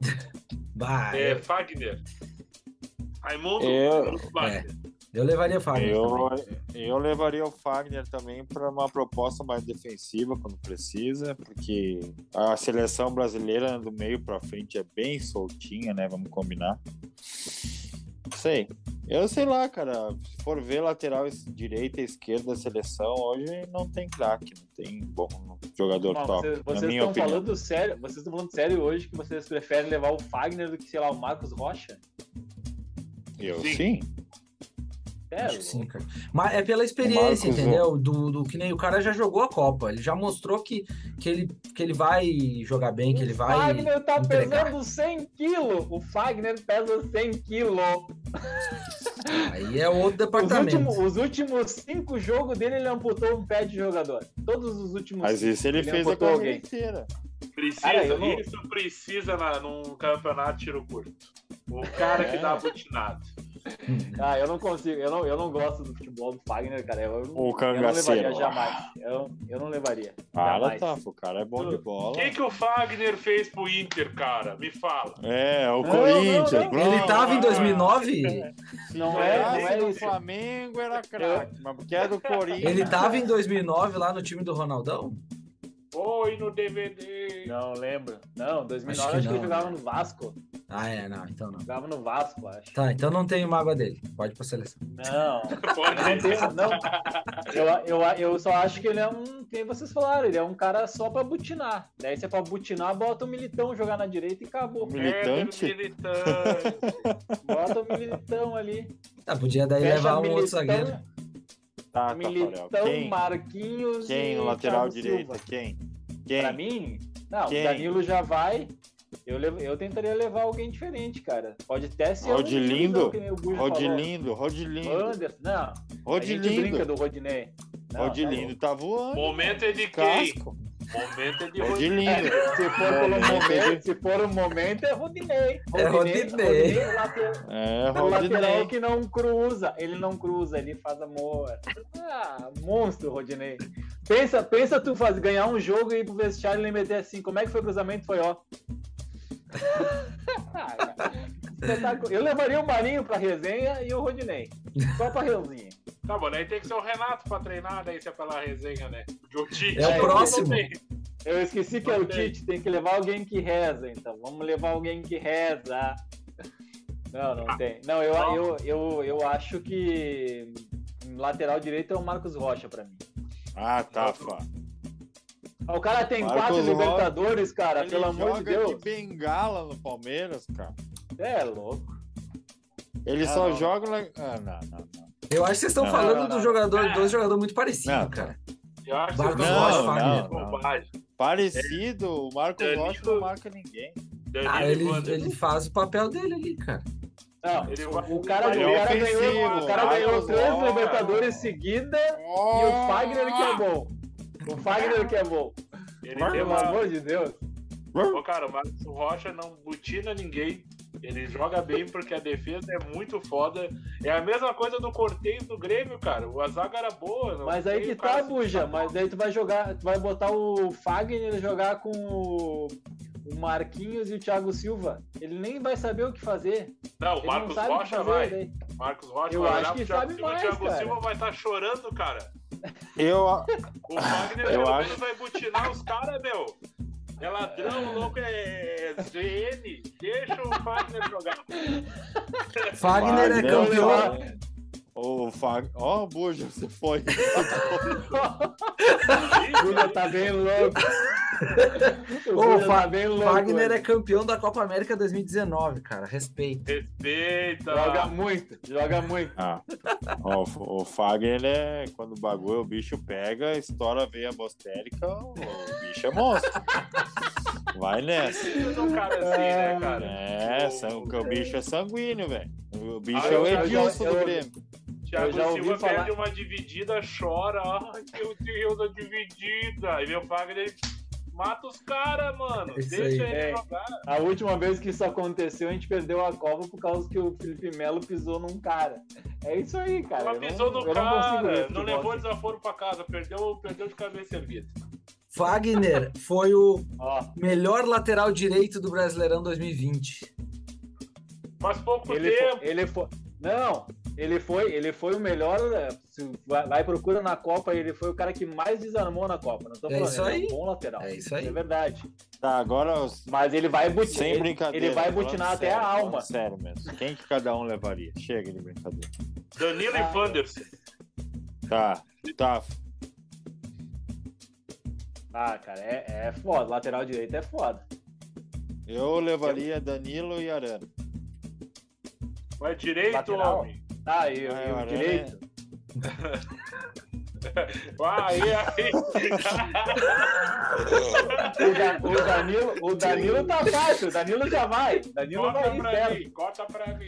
S5: Bah,
S3: É,
S5: eu,
S3: Fagner. Raimundo
S4: É,
S2: Eu,
S3: Fagner.
S5: eu levaria o Fagner. também.
S2: eu, eu levaria o Fagner também para uma proposta mais defensiva quando precisa, porque a seleção brasileira do meio para frente é bem soltinha, né? Vamos combinar. Sei. Eu sei lá, cara. Se for ver lateral es- direita e esquerda da seleção, hoje não tem craque, não tem bom jogador
S4: Bom,
S2: top.
S4: vocês vocês
S2: na minha
S4: estão
S2: opinião.
S4: falando sério, vocês estão falando sério hoje que vocês preferem levar o Fagner do que, sei lá, o Marcos Rocha?
S2: Eu
S3: Sim.
S2: sim.
S4: É,
S5: Acho que sim, cara. Mas é pela experiência,
S2: Marcos,
S5: entendeu? Do, do que nem o cara já jogou a Copa, ele já mostrou que, que, ele, que ele vai jogar bem, que ele
S4: O
S5: vai.
S4: Fagner tá
S5: entregar.
S4: pesando 100 quilos. O Fagner pesa 100 quilos.
S5: Aí é outro
S4: Os
S5: departamento.
S4: últimos, os últimos cinco jogos dele, ele amputou um pé de jogador. Todos os últimos
S2: Mas isso ele,
S4: Ele
S2: fez a
S4: amputou
S2: carreira
S4: alguém.
S2: inteira.
S3: Precisa,
S4: Cara, eu não-
S3: isso precisa na, num campeonato de tiro curto. O cara que
S2: É.
S3: dá butinado.
S4: Ah, eu não consigo, eu não, eu não gosto do futebol do Fagner, cara. Eu, eu
S2: O
S4: não
S2: cangaceiro.
S4: levaria jamais. Eu, eu não levaria.
S2: Cara,
S4: jamais.
S2: tá, o cara é bom de
S3: O
S2: bola.
S3: que, que o Fagner fez pro Inter, cara? Me fala.
S2: É, o
S4: Não,
S2: Corinthians.
S4: não, não.
S2: bro.
S5: Ele tava em
S3: Ah,
S5: 2009?
S4: Não
S3: Não
S4: é,
S3: é
S4: não
S2: Jogasse
S4: é
S2: no
S4: isso.
S2: Flamengo era craque, mas porque é do Corinthians.
S5: Ele tava em 2009 lá no time do Ronaldão?
S3: Foi no DVD.
S4: Não lembro. Não, 2009
S5: Acho
S4: acho que, ele
S5: que não,
S4: jogava no
S5: né?
S4: Vasco.
S5: Ah, é, não, então não.
S4: Jogava no Vasco, acho.
S5: Tá, então não tenho mágoa dele. Pode ir pra seleção.
S4: Não. Não
S3: Pode
S4: tem- não. Eu, eu, eu só acho que ele é um. Quem vocês falaram, ele é um cara só pra butinar. Daí se é pra butinar, bota o militão jogar na direita e acabou.
S2: Militante?
S3: É, militante.
S4: Bota o militão ali.
S5: Tá, podia daí
S4: Fecha
S5: levar um
S4: militão,
S5: outro zagueiro.
S2: Ah, Tá, Tafarel.
S4: militão,
S2: Quem?
S4: Marquinhos.
S2: Quem?
S4: e
S2: O lateral
S4: Thiago
S2: direito?
S4: Silva.
S2: Quem?
S4: Pra
S2: Quem?
S4: mim, não,
S2: Quem?
S4: o Danilo já vai. Eu, levo- eu tentaria levar alguém diferente, cara. Pode até ser. um
S2: Rodilindo?
S4: tiozão, que nem o Gujo falou.
S2: Rodilindo, Rodilindo.
S4: Anderson, não. A gente brinca
S2: Rodilindo.
S4: do Rodinei. Não,
S2: Rodilindo tá voando.
S3: Momento é de quem?
S2: Casco.
S3: Momento é de Rodinei.
S2: Rodilindo.
S4: tá bom. Se for pelo
S2: Momento
S4: momento, se for o momento, é Rodinei.
S5: É Rodinei.
S4: Rodinei, o lateral,
S2: É,
S4: o lateral
S2: Rodinei.
S4: que não cruza. Ele não cruza, ele faz amor. Ah, monstro, Rodinei. Pensa, pensa tu faz, ganhar um jogo e ir pro vestiário e ele meter assim. Como é que foi o cruzamento? Foi ó. Ah, Espetáculo. Eu levaria o Marinho pra resenha e o Rodinei. Só pra resenha.
S3: Tá bom, daí tem que ser o Renato pra treinar, daí se é pela resenha, né? De o Tite.
S5: É
S4: o
S3: Aí
S5: próximo.
S3: não tem.
S4: Eu esqueci que é o
S3: Gostei.
S4: Tite, tem que levar alguém que reza, então. Vamos levar alguém que reza. Não, não tem. Não, eu,
S3: Não.
S4: eu, eu, eu acho que lateral direito é o Marcos Rocha pra mim. Ah,
S2: Ah, Tafa.
S4: O cara tem
S2: Marcos
S4: quatro
S2: Rocha.
S4: Libertadores, cara,
S2: Ele
S4: Tá, pelo amor de
S2: joga
S4: Deus.
S2: bengala no Palmeiras, cara.
S4: É louco.
S2: Ele
S4: Não,
S2: só
S4: não.
S2: joga... na- Ah, não, não, não.
S5: Eu acho que vocês estão
S2: Não,
S5: falando
S4: não,
S5: do
S4: não.
S5: jogador,
S3: Ah.
S5: dois jogadores muito parecidos,
S2: Não.
S5: cara.
S3: Eu acho que
S5: Marcos
S3: vocês
S2: Rocha,
S3: estão falando
S2: Fagner.
S3: de bobagem.
S2: Parecido, o Marcos
S3: Danilo-
S2: Rocha não marca ninguém.
S4: tá.
S5: Ah,
S3: Danilo
S5: ele,
S3: Wander.
S5: ele faz o papel dele ali, cara.
S4: Não,
S3: Ele vai-
S4: o cara,
S2: Ele é
S4: o cara
S2: ofensivo,
S4: ganhou, o cara
S2: Marcos
S4: ganhou três
S2: Rocha.
S4: Libertadores seguida e o Fagner que é bom. O Fagner que é bom.
S3: Ele tem
S4: Pelo
S3: uma-
S4: amor de Deus.
S2: É.
S3: Ô, cara, o Marcos Rocha não butina ninguém. Ele joga bem porque a defesa é muito foda. É a mesma coisa do Cortez do Grêmio, cara. A zaga era boa. não
S4: Mas aí
S3: sei,
S4: que
S3: Então, o cara
S4: tá,
S3: se
S4: Buja.
S3: destacou.
S4: Mas aí tu vai jogar, tu vai botar o Fagner jogar com o o Marquinhos e o Thiago Silva. Ele nem vai saber o que fazer.
S3: Não, o
S4: Ele
S3: Marcos
S4: não sabe o que
S3: Rocha
S4: fazer.
S3: vai.
S4: daí.
S3: Marcos Rocha
S4: Eu
S3: vai
S4: acho
S3: olhar
S4: que
S3: pro Thiago
S4: sabe
S3: Silva. O
S4: mais,
S3: Thiago
S4: cara.
S3: Silva vai estar chorando, cara.
S2: Eu,
S3: O
S2: Eu
S3: Wagner pelo
S2: acho.
S3: menos vai butinar os caras, meu. É ladrão, louco, é é ZN. Deixa o Wagner jogar.
S5: Wagner é
S2: Wagner,
S5: campeão.
S2: o Fag... Ó, Buja, você foi.
S4: O Buja tá bem louco. O
S5: Ô,
S4: Buja tá bem louco.
S5: Wagner é
S4: hoje.
S5: campeão da Copa América 2019, cara. Respeito.
S3: Respeita.
S4: Joga muito, joga muito.
S2: Ah, ó, o, o Fagner, ele é, quando o bagulho, o bicho pega, estoura a veia bostérica, o, o bicho é monstro. Vai nessa.
S3: Precisa de um cara assim,
S4: Ah,
S3: né, cara?
S2: É, san-
S3: o,
S2: o, bicho é sanguíneo, velho. O bicho
S3: Ah,
S2: é
S3: eu
S2: o
S3: já- eu
S2: Edilson
S4: já-
S2: do
S4: eu-
S2: Grêmio.
S3: Thiago
S4: eu já ouvi
S3: Silva
S4: falar-
S3: perde uma dividida, chora. Ai, meu Deus, a dividida. Aí meu Wagner mata os caras, mano.
S5: É isso
S3: Deixa
S5: aí,
S3: ele
S4: é.
S3: jogar.
S4: A última vez que isso aconteceu, a gente perdeu a Copa por causa que o Felipe Melo pisou num cara. É isso aí, cara.
S3: Ela
S4: Eu não-
S3: pisou no
S4: eu não consigo ver
S3: cara, não,
S4: futebol
S3: levou
S4: assim.
S3: desaforo pra casa, perdeu, perdeu de cabeça é servida.
S5: Wagner foi o
S4: Ó,
S5: melhor lateral direito do Brasileirão 2020.
S3: Faz pouco
S4: ele
S3: tempo.
S4: foi, ele foi. Não, ele foi, ele foi o melhor. eh, se vai, vai e procura na Copa, ele foi o cara que mais desarmou na Copa. Não tô
S5: É
S4: falando,
S5: isso
S4: ele
S5: aí.
S4: um bom lateral.
S5: É isso aí.
S4: É verdade.
S2: Tá, agora, os-
S4: Mas ele vai butinar.
S2: sem
S4: Ele,
S2: brincadeira. né?
S4: vai
S2: falando
S4: butinar até
S2: sério,
S4: a
S2: falando
S4: alma.
S2: Sério mesmo. Quem que cada um levaria? Chega de brincadeira.
S3: Danilo
S4: Ah.
S3: e Wanderson.
S2: Tá, tá.
S4: Ah, cara, é, é foda. Lateral direito é foda.
S2: Eu levaria Danilo e Arana.
S3: Vai direito,
S4: Lateral.
S3: homem.
S4: Tá, e,
S2: Ah,
S4: e
S2: o
S4: o
S2: Arana
S4: direito?
S3: Vai, aí, aí.
S4: O, Da- o Danilo, o Danilo tá fácil, o Danilo já vai. O Danilo
S3: corta
S4: vai ir,
S3: pra
S4: certo.
S3: mim, corta pra mim.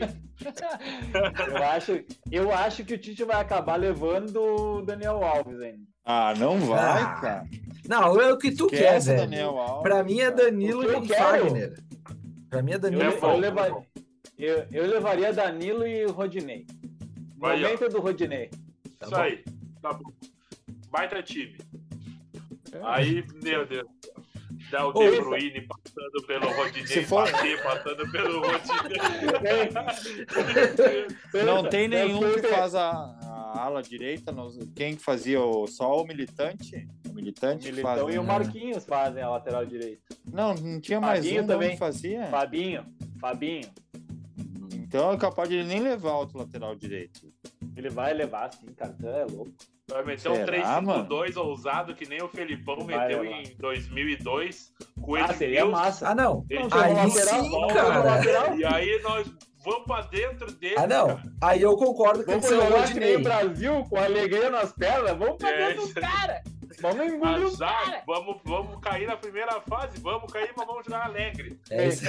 S4: Eu acho, eu acho que o Tite vai acabar levando o Daniel Alves ainda.
S2: Ah, não vai,
S5: Ah,
S2: cara.
S5: Não, é o que tu quer,
S2: Esquece,
S5: velho.
S2: Daniel Alves.
S5: Pra mim é
S2: cara.
S5: Danilo
S4: Eu
S5: e
S4: quero.
S5: Fagner. Pra mim é
S4: Eu,
S5: Danilo
S3: É
S5: e
S4: eu
S3: bom,
S5: Fagner.
S4: leva-
S3: é bom.
S4: eu- eu levaria Danilo e Rodinei.
S3: Vai, ó.
S4: Momento do Rodinei.
S5: Tá
S3: Isso
S5: bom.
S3: aí. Tá bom. Baita time. Aí, meu Deus. Dá o
S5: Ô,
S3: De Bruyne passando pelo
S2: Se
S3: Rodinei,
S2: for-
S3: Mbappé passando pelo Rodinei.
S2: Não tem nenhum
S4: Eu fui
S2: que
S4: ver.
S2: faz a, a ala direita. não- Quem que fazia? O, só o militante? O
S4: O
S2: militante que
S4: Militão
S2: fazia.
S4: e o Marquinhos fazem a lateral direita.
S2: Não, não tinha mais
S4: Fabinho
S2: um também.
S4: também.
S2: que fazia.
S4: Fabinho, Fabinho,
S2: Então é capaz de ele nem levar outro lateral direito.
S4: ele vai levar sim, cara. Tu é louco.
S3: Vai meter um
S2: Será,
S3: 352 ousado que nem o Felipão
S4: Vai,
S3: meteu
S4: vai.
S3: em 2002 com o
S4: Ah, seria
S3: Edmilson.
S4: massa.
S5: Ah, não.
S3: Ele
S4: Não,
S3: chama
S5: aí
S3: lateral,
S5: sim,
S3: volta
S5: cara.
S3: pra lateral, E aí nós vamos pra dentro dele.
S5: Ah, não.
S3: cara.
S5: Aí eu concordo com o
S4: Vamos
S5: seu
S4: jogar um que nem
S5: Rodinei.
S4: o Brasil com alegria nas pernas. Vamos pra
S3: É,
S4: dentro dos
S3: isso
S4: caras. Vamos engolir os
S3: Azar,
S4: caras.
S3: vamos, vamos cair na primeira fase, vamos cair, mas vamos jogar alegre.
S5: É isso.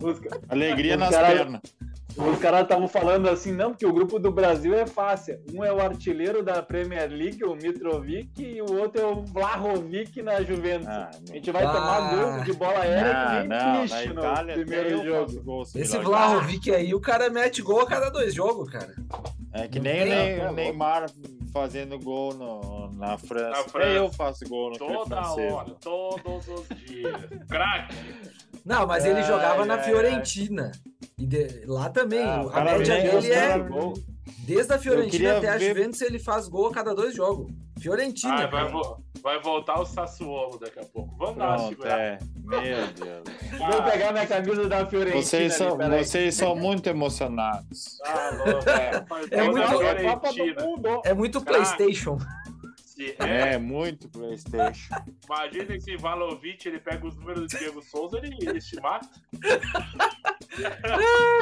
S4: Os,
S2: Alegria
S4: Os
S2: nas
S4: caras-
S2: pernas.
S4: os caras estavam falando assim, não, porque o grupo do Brasil é fácil. Um é o artilheiro da Premier League, o Mitrovic, e o outro é o Vlahovic na Juventus.
S2: Ah,
S4: A
S2: não.
S4: gente vai
S5: Ah.
S4: tomar gol de bola aérea
S2: Ah,
S4: que
S2: não,
S4: nem
S2: na
S4: é um lixo no
S2: Itália um até
S5: um
S4: primeiro
S2: eu
S4: jogo.
S2: faço gol
S5: Esse
S2: milagre.
S5: Vlahovic aí, o cara mete gol a cada dois jogos, cara.
S2: É que
S5: Não
S2: nem o
S5: tem,
S2: Ney-
S4: tá
S2: o
S4: louco.
S2: Neymar fazendo gol no- na França.
S3: Na
S2: Até
S3: França.
S2: eu faço gol naquele
S3: Toda
S2: francês.
S3: hora, todos os dias. Craque.
S5: Não, mas ele
S4: Ai,
S5: jogava na
S4: ai,
S5: Fiorentina. E de- lá também,
S4: Ah,
S5: o-
S4: o
S5: a
S2: cara
S5: média
S2: vem, os
S5: dele é
S2: cara-
S5: desde a Fiorentina
S2: queria
S5: até a
S2: ver-
S5: Juventus, ele faz gol a cada dois jogos. Fiorentina.
S3: Ah, vai,
S5: cara.
S3: vo- vai voltar o Sassuolo daqui a pouco. Vamos dar uma
S2: Pronto,
S3: segurada.
S2: é. Meu Deus.
S4: Vou pegar minha camisa da Fiorentina.
S2: Ah. Vocês são,
S4: ali, peraí.
S2: vocês são muito emocionados.
S3: Ah, louco, é. Vai
S5: É
S3: voltar
S5: muito-
S3: a
S4: É Copa do
S3: Fiorentina.
S4: Mundo.
S5: É muito
S3: Craque.
S5: PlayStation.
S3: Se- é,
S2: É, muito Playstation.
S3: Imagina esse Valovic, ele pega os números do Diego Souza, ele, ele se mata.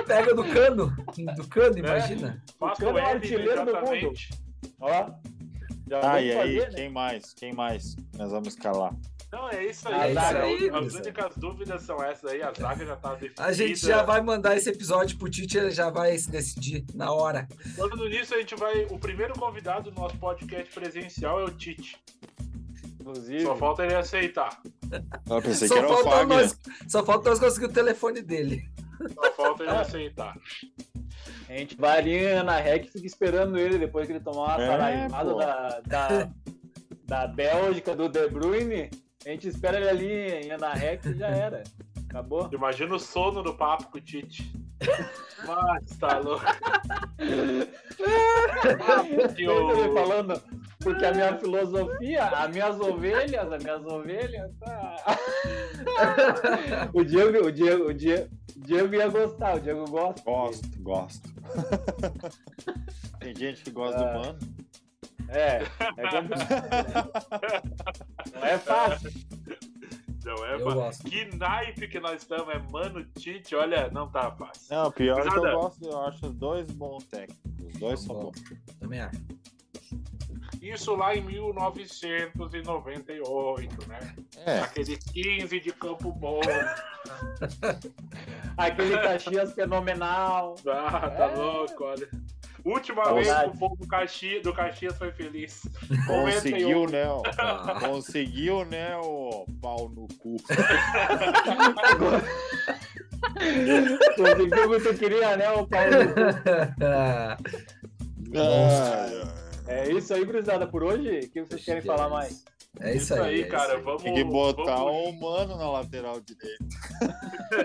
S5: Pega do cano. Do
S3: É.
S5: cano, imagina.
S3: Passa
S4: cara
S3: o
S4: é o
S3: L
S4: artilheiro do mundo.
S3: imediatamente.
S4: Ó. Já
S2: Tá,
S4: vamos
S2: e aí,
S4: fazer, né?
S2: quem mais? Quem mais? Nós vamos escalar.
S3: Não, é isso
S4: É
S3: aí,
S4: isso
S3: cara.
S5: aí,
S3: As
S5: Luizão.
S3: únicas dúvidas são essas aí. A zaga já tá definida.
S5: A gente já vai mandar esse episódio pro Tite, ele já vai se decidir na hora.
S3: Falando nisso, a gente vai. O primeiro convidado do nosso podcast presencial é o Tite.
S4: Inclusive,
S3: Só falta ele aceitar.
S2: Eu pensei
S5: Só
S2: que era o
S5: falta
S2: Fagner.
S5: nós- Só falta nós conseguir o telefone dele.
S3: Só falta ele aceitar.
S4: A gente vai ali na REC e fica esperando ele depois que ele tomar uma
S2: É,
S4: saraivada
S2: pô.
S4: da, da, da Bélgica, do De Bruyne. A gente espera ele ali em na REC e já era. Acabou.
S3: Imagina o sono do papo com o Tite. Mas tá louco. Ah, que
S4: Pensa ele
S3: o-
S4: falando, porque a minha filosofia, as minhas ovelhas, as minhas ovelhas. tá. o, Diego, o, Diego, o, Diego, o Diego ia gostar, o Diego gosta.
S2: Gosto, gosto. Tem gente que gosta
S4: Ah.
S2: do mano.
S4: É, é complicado. né? Não é fácil.
S3: Não é,
S5: Eu
S3: mano.
S5: gosto.
S3: Que naipe que nós estamos, é mano Tite, olha, não tá fácil.
S2: Não, pior é que
S3: Nada.
S2: eu gosto, eu acho os dois bons técnicos. Os dois são
S5: Bom,
S2: bons.
S5: Também acho.
S3: Isso lá em 1998, né?
S2: É,
S3: Aquele 15 de campo bom.
S4: Aquele Caxias fenomenal.
S3: Ah,
S5: É.
S3: tá louco, olha. Última
S2: Tá
S3: vez que
S4: Saudade.
S3: o povo do Caxias, do Caxias foi feliz. 98.
S2: conseguiu, né? ó.
S5: Ah,
S2: Conseguiu, né, o pau no cu.
S4: Conseguiu o que tu queria, né, ô Paulo? É isso aí, gurizada, por hoje? O que vocês querem falar mais?
S5: é isso aí, é isso
S3: cara.
S5: aí.
S3: Vamos.
S2: Tem que botar um
S3: vamos...
S2: o mano na lateral direita.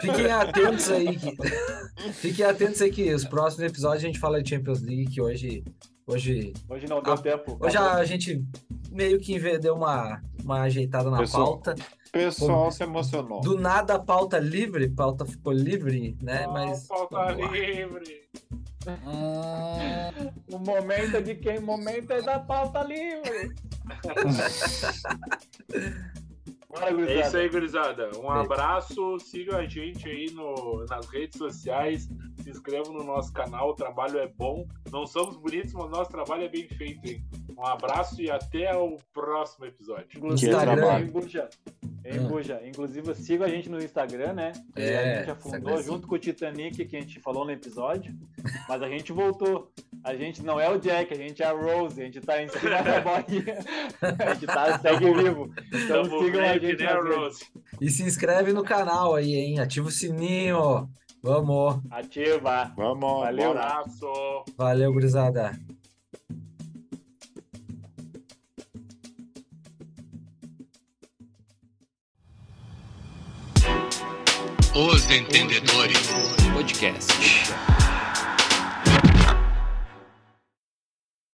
S5: Fiquem atentos aí. que- Fiquem atentos aí que os próximos episódios a gente fala de Champions League, que hoje. Hoje,
S4: Hoje não deu
S5: Ah,
S4: tempo.
S5: hoje
S4: acabou.
S5: a gente meio que inve- deu uma, uma ajeitada na
S2: Pessoal.
S5: pauta.
S2: O pessoal se emocionou.
S5: Do nada a pauta livre, pauta ficou livre, né? Mas.
S3: Falta
S5: vamos lá.
S3: um livre.
S4: O momento é de quem? O momento é da pauta livre. Bora,
S3: É isso
S4: gurizada.
S3: aí, gurizada. Um
S5: Beijo.
S3: abraço. Sigam a gente aí no, nas redes sociais. Se inscrevam no nosso canal. O trabalho é bom. Não somos bonitos, mas nosso trabalho é bem feito. Hein? Um abraço e até o próximo episódio.
S4: Inclusive,
S5: Instagram.
S4: em Buja. Em
S5: Ah.
S4: Buja. Inclusive, siga a gente no Instagram, né? Que
S5: É,
S4: a gente afundou
S5: Instagram.
S4: junto com o Titanic, que a gente falou no episódio. Mas a gente voltou. A gente não é o Jack, a gente é a Rose. A gente tá em cima da bolinha. A gente tá segue vivo. Então
S3: Tamo
S4: sigam a
S3: bem,
S4: gente.
S3: né,
S4: nas redes.
S3: Rose?
S5: E se inscreve no canal aí, hein? Ativa o sininho. Vamos.
S4: Ativa.
S2: Vamos,
S4: Valeu.
S2: bora.
S3: Abraço.
S5: Valeu, gurizada.
S1: Os Entendedores Podcast.